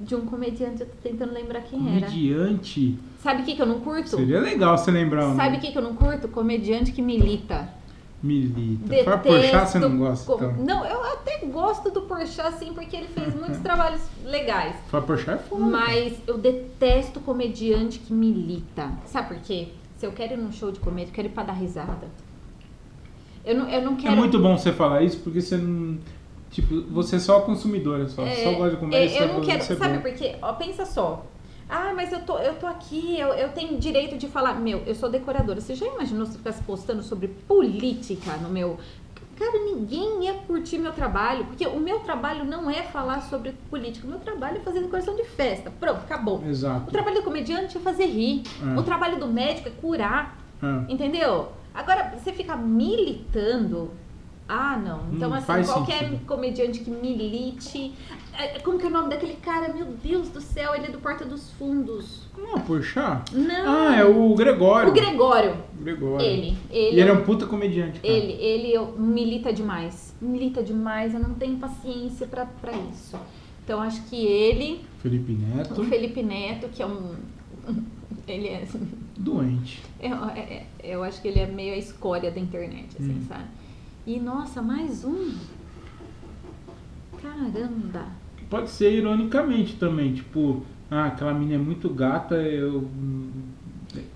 B: De um comediante, eu tô tentando lembrar quem era.
A: Comediante.
B: Sabe o que, que eu não curto?
A: Seria legal você lembrar um.
B: Sabe o que, que eu não curto? Comediante que milita.
A: Milita. Pra
B: Detesto.
A: Porchat você não gosta,
B: com-
A: então.
B: Não, eu até gosto do Porchat, sim, porque ele fez muitos trabalhos legais.
A: Pra Porchat é foda.
B: Mas eu detesto comediante que milita. Sabe por quê? Se eu quero ir num show de comédia, eu quero ir pra dar risada. Eu não, eu não quero...
A: É muito bom você falar isso, porque você não. Tipo, você é só consumidora, só,
B: É,
A: Então, só gosta de comer.
B: é, eu não quero, sabe por quê? Ó, pensa só. Ah, mas eu tô, eu tô aqui, eu, eu tenho direito de falar. Meu, eu sou decoradora. Você já imaginou se eu ficasse postando sobre política no meu. Cara, ninguém ia curtir meu trabalho, porque o meu trabalho não é falar sobre política. O meu trabalho é fazer decoração de festa. Pronto, acabou. O
A: Exato.
B: trabalho do comediante é fazer rir.
A: É.
B: O trabalho do médico é curar.
A: É.
B: Entendeu? Agora, você fica militando. Ah, não. Então,
A: Não
B: assim,
A: Hum, faz
B: qualquer
A: sentido.
B: comediante que milite. É, Como que é o nome daquele cara? Meu Deus do céu, ele é do Porta dos Fundos.
A: Não, Porchat?
B: Não!
A: Ah, é o Gregório.
B: O Gregório.
A: Gregório.
B: Ele.
A: E
B: Ele,
A: ele é um puta comediante. cara.
B: ele, ele eu- milita demais. Milita demais. Eu não tenho paciência pra, pra isso. Então, acho que ele,
A: Felipe Neto,
B: o Felipe Neto, que é um. (laughs) Ele é
A: doente.
B: Eu, é- é- eu acho que ele é meio a escória da internet, assim,
A: Hum.
B: sabe? E nossa, mais um. Caramba!
A: Pode ser ironicamente também, tipo, ah, aquela menina é muito gata,
B: (laughs)
A: eu.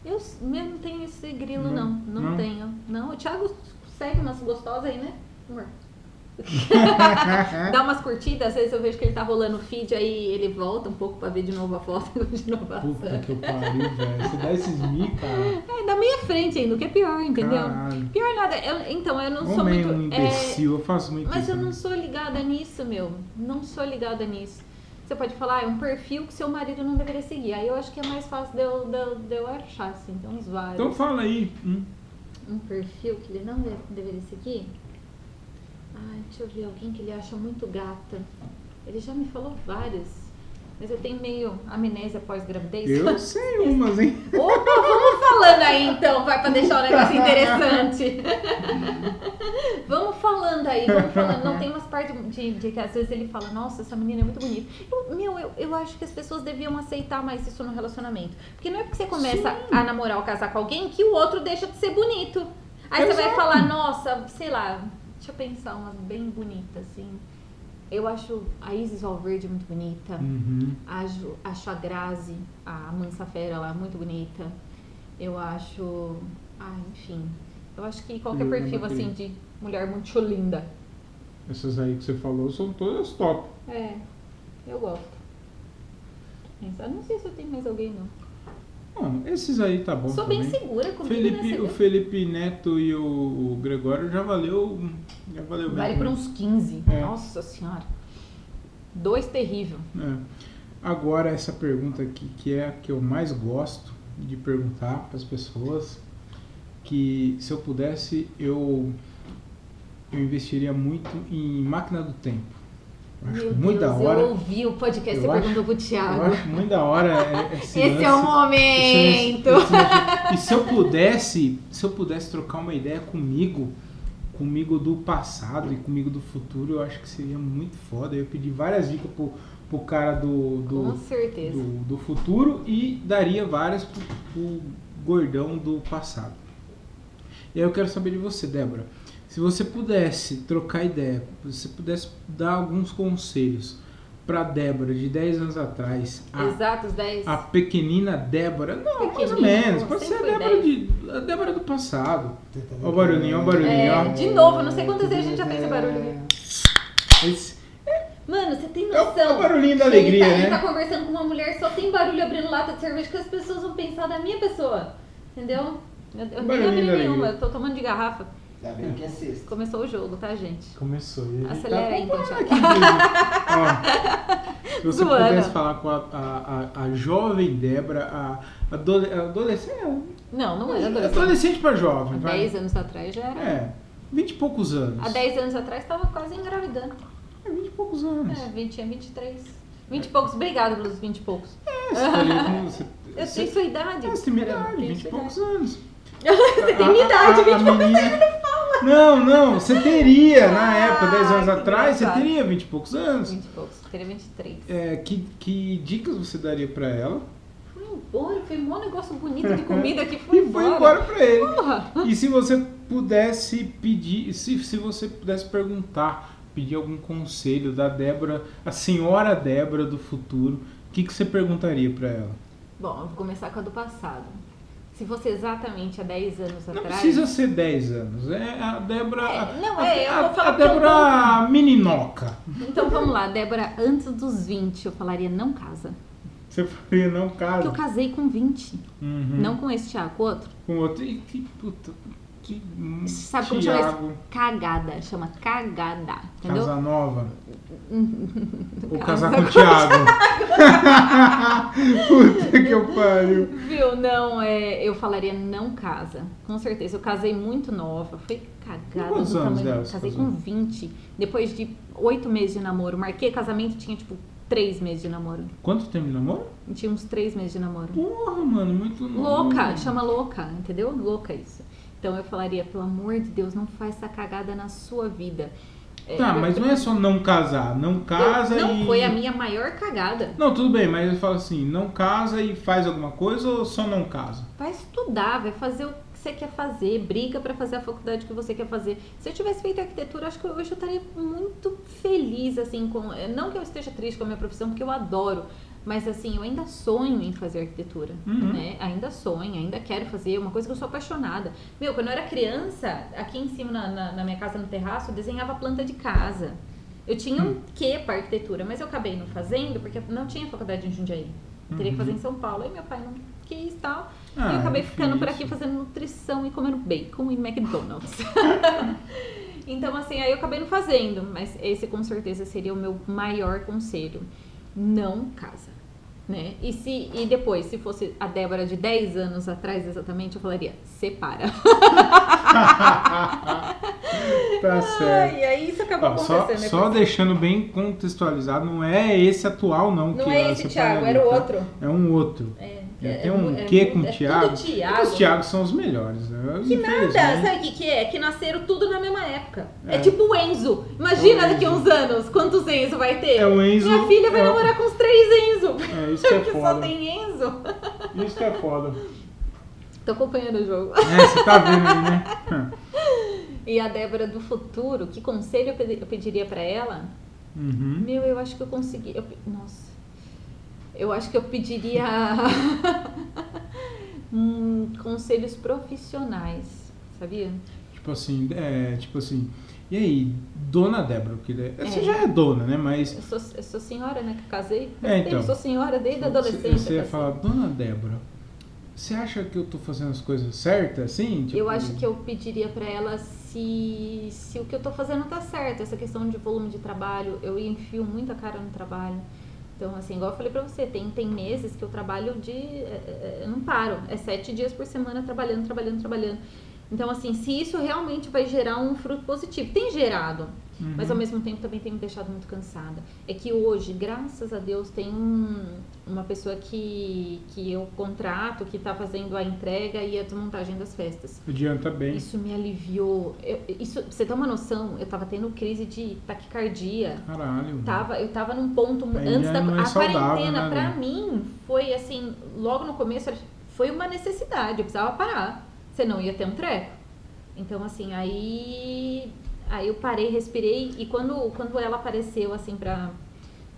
B: Eu, s- eu não tenho esse grilo,
A: Não,
B: não. Não,
A: não?
B: tenho. Não, o Thiago segue umas gostosas aí, né? Amor.
A: É.
B: Dá umas curtidas, às vezes eu vejo que ele tá rolando o feed, aí ele volta um pouco pra ver de novo a foto, (laughs) de novo a
A: Puta que eu pariu, velho. Você dá esses mi, cara.
B: É, na minha frente ainda, o que é pior, entendeu?
A: Caralho.
B: Pior nada, eu- então, eu não sou
A: Homem é um
B: muito... é,
A: imbecil, eu faço muito
B: Mas
A: isso.
B: eu não
A: né?
B: sou ligada nisso, meu. Não sou ligada nisso. Você pode falar, ah, é um perfil que seu marido não deveria seguir. Aí eu acho que é mais fácil de eu, de eu, de eu achar, assim. Então, uns vários.
A: Então fala aí. hum.
B: Um perfil que ele não de- deveria seguir? Ai, deixa eu ver. Alguém que ele acha muito gata. Ele já me falou vários. Mas eu tenho meio amnésia pós-gravidez.
A: Eu sei umas, hein?
B: (laughs) Opa, vamos falando aí então, vai pra deixar o negócio interessante. vamos falando aí, vamos falando. Não tem umas partes de, de que às vezes ele fala, nossa, essa menina é muito bonita. Eu- meu, eu, eu acho que as pessoas deviam aceitar mais isso no relacionamento. Porque não é porque você começa a namorar ou casar com alguém que o outro deixa de ser bonito. Aí você vai falar, nossa, sei lá, deixa eu pensar uma bem bonita, assim. Eu acho a Isis Valverde muito bonita.
A: Uhum.
B: Acho, acho a Grazi, a Mansa Fera lá, muito bonita. Eu acho. Ah, enfim. Eu acho que qualquer
A: Eu
B: perfil
A: não
B: assim de mulher muito linda.
A: Essas aí que você falou são todas top.
B: É, eu gosto. Mas eu não sei se eu tenho mais alguém, não.
A: Bom, esses aí tá bom.
B: Sou
A: também.
B: bem segura comigo, né?
A: Felipe,
B: Você
A: o
B: viu?
A: Felipe Neto e o Gregório já valeu. Já valeu bem.
B: Vale
A: né?
B: por uns 15.
A: É.
B: Nossa senhora. Dois terrível.
A: É. Agora essa pergunta aqui, que é a que eu mais gosto de perguntar para as pessoas, que se eu pudesse, eu, eu investiria muito em máquina do tempo. Eu acho
B: Meu
A: muito
B: Deus,
A: da hora.
B: eu ouvi o podcast,
A: Eu
B: você
A: acho-
B: perguntou pro
A: eu
B: Thiago.
A: acho muito da
B: (laughs)
A: hora é- esse,
B: Esse é o
A: lance- esse é
B: momento.
A: lance- esse lance- E se eu pudesse, se eu pudesse trocar uma ideia comigo, comigo do passado e comigo do futuro, eu acho que seria muito foda. Eu pedi várias dicas pro, pro cara do- do
B: Com certeza.
A: do, do futuro e daria várias pro, pro gordão do passado. E aí eu quero saber de você, Débora. Se você pudesse trocar ideia, se você pudesse dar alguns conselhos pra Débora de 10 anos atrás, a,
B: Exatos 10.
A: a pequenina Débora, não, mais ou
B: Pequenina,
A: menos, pode
B: sempre
A: ser a
B: foi
A: Débora, de, a Débora do passado.
C: Você tá
A: Ó o barulhinho, ó o barulhinho,
B: É,
A: ó.
B: de novo, não sei quantas vezes a gente já fez esse barulho.
A: Esse-
B: Mano, você tem
A: é, o,
B: noção.
A: é o barulhinho da
B: ele
A: alegria,
B: tá, ele
A: né?
B: tá conversando com uma mulher, só tem barulho abrindo lata de cerveja que as pessoas vão pensar da minha pessoa. Entendeu? Eu, eu nem
A: Barulhinho
B: abri
A: da
B: nenhuma,
A: alegria.
B: eu tô tomando de garrafa.
C: Ainda bem que é sexta.
B: Começou o jogo, tá, gente?
A: Começou. e ele tá
B: Acelera aí, então, Thiago.
A: Ó, se você
B: Zoando.
A: pudesse falar com a, a, a, a jovem Débora, a adole- a adolescente.
B: Não, não
A: é,
B: era adolescente.
A: Adolescente pra jovem,
B: Há
A: vai.
B: 10 anos atrás já era.
A: É, 20 e poucos anos.
B: Há 10 anos atrás tava quase engravidando.
A: É, 20 e poucos anos.
B: É, 20, tinha 23. 20 e poucos, obrigada pelos 20 e poucos.
A: É, você tá ali
B: (laughs)
A: com- você-
B: Eu
A: você-
B: tenho sua idade.
A: É, você tem minha
B: Caramba,
A: idade,
B: tenho
A: 20
B: sua
A: e
B: idade.
A: poucos anos.
B: Você tem minha idade, (laughs) 20 e poucos.
A: anos. Não, não, você teria na
B: Ah,
A: época, 10 anos
B: que
A: atrás, você
B: engraçado.
A: teria 20 e poucos anos.
B: 20 e poucos, teria 23.
A: É, que, que dicas você daria pra ela?
B: Fui embora, foi um bom negócio
A: (laughs)
B: bonito de comida que fui
A: E foi embora pra ele.
B: Porra!
A: E se você pudesse pedir, se, se você pudesse perguntar, pedir algum conselho da Débora, a senhora Débora do futuro, o que, que você perguntaria pra ela?
B: Bom, eu vou começar com a do passado. Se fosse exatamente há 10 anos
A: Não
B: atrás.
A: precisa ser 10 anos, é a Débora.
B: É, não,
A: a-
B: é, eu
A: a,
B: vou falar
A: a
B: porque eu
A: Débora meninoca.
B: Então vamos lá, Débora, antes dos 20, eu falaria não casa.
A: Você faria não
B: Porque eu
A: casa.
B: casei com 20.
A: Uhum.
B: Não com esse Thiago, com outro.
A: Com outro. E que puta. Que.
B: Sabe como chama isso?
A: Thiago,
B: Cagada. Chama cagada. Entendeu?
A: Casa Nova.
B: (laughs)
A: Ou
B: Casa
A: casar com o Thiago. (laughs) puta que eu pariu.
B: Viu? Não, é, eu falaria não casa. Com certeza. Eu casei muito nova. Foi cagada.
A: Com quantos
B: do
A: anos
B: tamanho.
A: dela você
B: Casei
A: casou?
B: com 20. Depois de 8 meses de namoro. Marquei casamento, tinha tipo 3 meses de namoro.
A: Quanto tempo de namoro?
B: Tinha uns 3 meses de namoro.
A: Porra, mano, muito novo.
B: Louca, chama louca, entendeu? Louca isso. Então eu falaria, pelo amor de Deus, não faz essa cagada na sua vida. É,
A: Tá, mas não é só não casar. Não casa
B: eu- não
A: e.
B: foi a minha maior cagada.
A: Não, tudo bem, mas eu falo assim, não casa e faz alguma coisa ou só não casa?
B: Vai estudar, vai fazer o que você quer fazer, briga pra fazer a faculdade que você quer fazer. Se eu tivesse feito arquitetura, acho que hoje eu estaria muito feliz, assim, com. é, Não que eu esteja triste com a minha profissão, porque eu adoro. Mas assim, eu ainda sonho em fazer arquitetura,
A: Uhum.
B: né? Ainda sonho, ainda quero fazer, é uma coisa que eu sou apaixonada. Meu, quando eu era criança, aqui em cima na, na- na minha casa, no terraço, eu desenhava planta de casa. Eu tinha um quê pra arquitetura, mas eu acabei não fazendo, porque não tinha faculdade em Jundiaí. Eu Teria que fazer em São Paulo. Aí meu pai não quis e tal e
A: Ah,
B: eu
A: é
B: acabei ficando por aqui fazendo nutrição e comendo bacon e
A: (laughs)
B: McDonald's. então, assim, aí eu acabei não fazendo, mas esse com certeza seria o meu maior conselho. Não casa. Né? E, se, e depois, se fosse a Débora de 10 anos atrás exatamente, eu falaria: separa.
A: Tá certo.
B: E aí isso acabou
A: Ó, só
B: acontecendo.
A: só deixando bem contextualizado, não é esse atual, não.
B: Não
A: que
B: é
A: eu
B: esse
A: separaria,
B: Thiago, era o
A: tá?
B: outro.
A: É um outro.
B: É,
A: É,
B: é-
A: tem
B: é
A: um
B: mu- é
A: quê
B: mu-
A: com
B: é tudo
A: Thiago?
B: Thiago.
A: Os Thiagos são os melhores. né? Que
B: Nada, sabe o que, que é? Que nasceram tudo na mesma época. É,
A: É.
B: tipo o Enzo. Imagina
A: É o Enzo.
B: daqui a uns anos quantos Enzo vai ter.
A: É o Enzo-
B: Minha filha vai
A: é o-
B: namorar com os três Enzo.
A: É, isso que
B: (laughs)
A: é
B: porque só
A: foda.
B: tem Enzo.
A: Isso que é foda.
B: Tô acompanhando o jogo.
A: É, você tá vendo aí, né?
B: E a Débora do futuro, que conselho eu pedi- eu pediria pra ela?
A: Uhum.
B: Meu, eu acho que eu consegui. eu pe- nossa. Eu acho que eu pediria (laughs) hum, conselhos profissionais, sabia?
A: Tipo assim, é, tipo assim. E aí, dona Débora, que né, você
B: É.
A: já é dona, né? Mas
B: Eu sou, eu sou senhora, né? Que eu casei.
A: É, então.
B: Eu sou senhora desde a adolescência. tá
A: você ia
B: casei.
A: falar, dona Débora, você acha que eu tô fazendo as coisas certas, assim? Tipo,
B: Eu acho que eu pediria pra ela se, se o que eu tô fazendo tá certo. Essa questão de volume de trabalho, eu enfio muita cara no trabalho. Então, assim, igual eu falei pra você, tem, tem meses que eu trabalho de. é, é, Eu não paro. É sete dias por semana trabalhando, trabalhando, trabalhando. Então, assim, se isso realmente vai gerar um fruto positivo. Tem gerado,
A: Uhum.
B: mas ao mesmo tempo também tem me deixado muito cansada. É que hoje, graças a Deus, tem um- uma pessoa que, que eu contrato, que tá fazendo a entrega e a desmontagem das festas.
A: Adianta bem.
B: Isso me aliviou. Eu- isso, pra você ter uma noção, eu tava tendo crise de taquicardia.
A: Caralho.
B: Tava, eu tava num ponto mu-
A: Aí
B: antes
A: já
B: da
A: não é
B: a
A: saudável, né,
B: quarentena pra
A: Lê?
B: mim foi assim, logo no começo foi uma necessidade, eu precisava parar, senão ia ter um treco. Então assim, aí aí eu parei, respirei e quando quando ela apareceu assim pra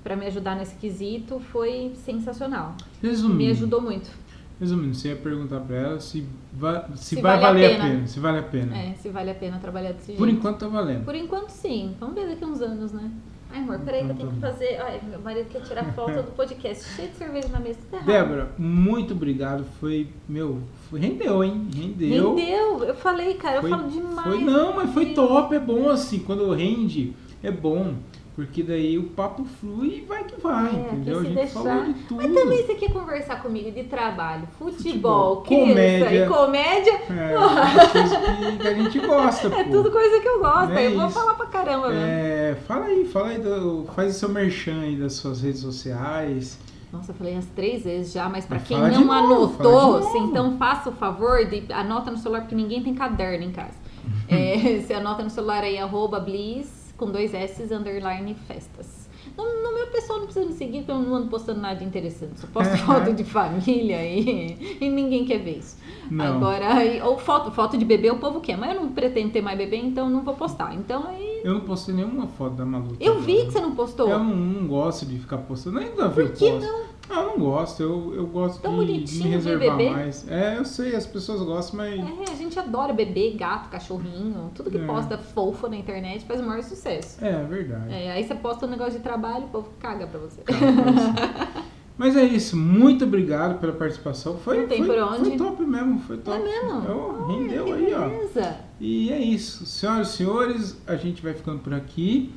B: para me ajudar nesse quesito foi sensacional. Me
A: Resumindo,
B: ajudou muito.
A: resumindo, você ia perguntar pra ela se, va- se,
B: Se
A: vai
B: vale a
A: valer a pena.
B: pena.
A: Se vale a pena.
B: É, se vale a pena trabalhar desse jeito.
A: Hum. Por enquanto tá valendo.
B: Por enquanto, sim. Vamos ver daqui a uns anos, né? Ai, amor, peraí que eu tenho que fazer. Ai, meu marido quer tirar foto do podcast cheio de cerveja na mesa. Tá errado.
A: Débora, muito obrigado. Foi, meu, foi, rendeu, hein? Rendeu.
B: Rendeu. Eu falei, cara,
A: Foi-
B: eu falo demais.
A: Foi não, mas foi
B: Meu.
A: top, é bom assim, quando rende, é bom. Porque daí o papo flui e vai que vai,
B: É,
A: entendeu? A
B: que
A: gente
B: se deixar-
A: falou de tudo.
B: Mas também você quer conversar comigo de trabalho,
A: Futebol,
B: futebol, criança
A: comédia.
B: e comédia, (laughs)
A: É, uma coisa que- que a gente gosta,
B: é
A: pô.
B: tudo coisa que eu gosto.
A: É
B: aí eu vou
A: isso.
B: falar pra caramba né? mesmo.
A: É, fala aí, fala aí, do, faz o seu merchan aí das suas redes sociais.
B: Nossa, eu falei as três vezes já, mas pra
A: Mas
B: quem
A: fala de
B: não
A: novo, fala
B: anotou,
A: de
B: se
A: novo.
B: então faça o favor de anota no celular, porque ninguém tem caderno em
A: (laughs)
B: casa. É, você anota no celular aí, arroba bliss, com dois S, underline festas. No, no meu pessoal não precisa me seguir, porque eu não ando postando nada interessante. Só
A: (laughs)
B: posto foto de família e, (laughs) e ninguém quer ver isso.
A: Não.
B: Agora, aí, ou foto, foto de bebê, o povo quer, mas eu não pretendo ter mais bebê, então não vou postar. Então aí.
A: Eu não postei nenhuma foto da Malu. tá
B: Eu vi que você não postou.
A: Eu não, não gosto de ficar postando, nem da
B: Por
A: vez
B: que
A: eu posto.
B: não?
A: Ah, eu não gosto, eu, eu gosto
B: Tão
A: de, de me
B: bonitinho,
A: reservar
B: viu, bebê?
A: mais. É, eu sei, as pessoas gostam, mas
B: É, a gente adora bebê, gato, cachorrinho, tudo que
A: É.
B: posta fofo na internet faz o maior sucesso.
A: é, é verdade.
B: É, aí você posta um negócio de trabalho, o povo caga pra você.
A: Cara, mas- (laughs) Mas é isso, muito obrigado pela participação. Foi,
B: Não tem
A: foi,
B: por onde.
A: foi top mesmo, foi
B: Não
A: top.
B: é mesmo?
A: Eu-
B: Olha,
A: rendeu
B: que
A: aí, ó.
B: beleza.
A: E é isso. Senhoras e senhores, a gente vai ficando por aqui.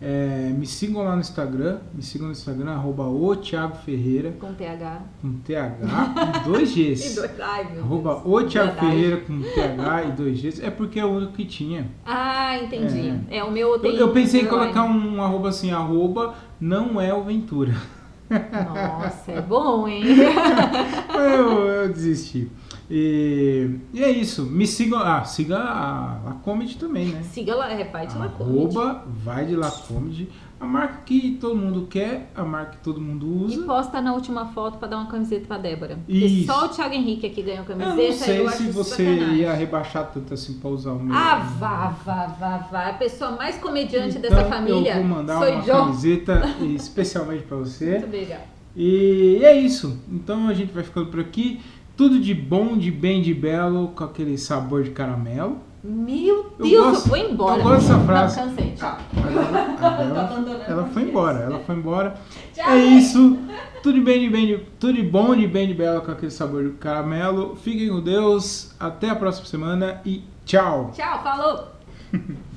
A: É, me sigam lá no Instagram. Me sigam no Instagram, arroba o Thiago Ferreira,
B: Com TH.
A: com TH
B: (laughs)
A: e dois
B: E
A: Gs.
B: dois. Ai, meu
A: Arroba
B: Deus.
A: o Thiago
B: Verdade.
A: Ferreira com TH e dois Gs. É porque é o único que tinha.
B: Ah, entendi. É, o meu
A: Eu,
B: tem.
A: eu pensei em
B: underline.
A: colocar um arroba assim, arroba não é o Ventura. um.
B: Nossa, é
A: (laughs)
B: bom, hein?
A: eu, eu desisti. E, e é isso. Me sigam. Ah, siga a, a Comedy também, né?
B: Siga lá, reparte lá comigo.
A: Arroba vai de lá comedy. A marca que todo mundo quer, a marca que todo mundo
B: E
A: usa.
B: posta na última foto pra dar uma camiseta pra Débora. Porque
A: Isso.
B: só o Thiago Henrique é aqui ganhou
A: Eu
B: camiseta.
A: não sei
B: acho
A: se
B: isso
A: você
B: sacanagem.
A: ia rebaixar tanto assim pra usar o meu.
B: Ah, vá, vá, vá, vá. A pessoa mais comediante
A: Então,
B: dessa
A: Eu
B: família.
A: vou mandar
B: sou
A: uma
B: John.
A: camiseta especialmente pra
B: Muito
A: você.
B: obrigada.
A: E é isso. Então a gente vai ficando por aqui. Tudo de bom, de bem, de belo, com aquele sabor de caramelo.
B: Meu
A: Eu
B: Deus,
A: gosto-
B: eu vou embora.
A: eu gosto dessa frase.
B: Não, cansei. Tchau.
A: Agora,
B: Tô
A: agora
B: abandonando
A: ela, ela foi
B: vocês.
A: embora, ela foi embora.
B: Tchau,
A: é
B: gente.
A: isso. Tudo de bem, de bem, de, tudo de bom, de bem, de belo com aquele sabor de caramelo. Fiquem com Deus. Até a próxima semana e tchau.
B: Tchau, falou.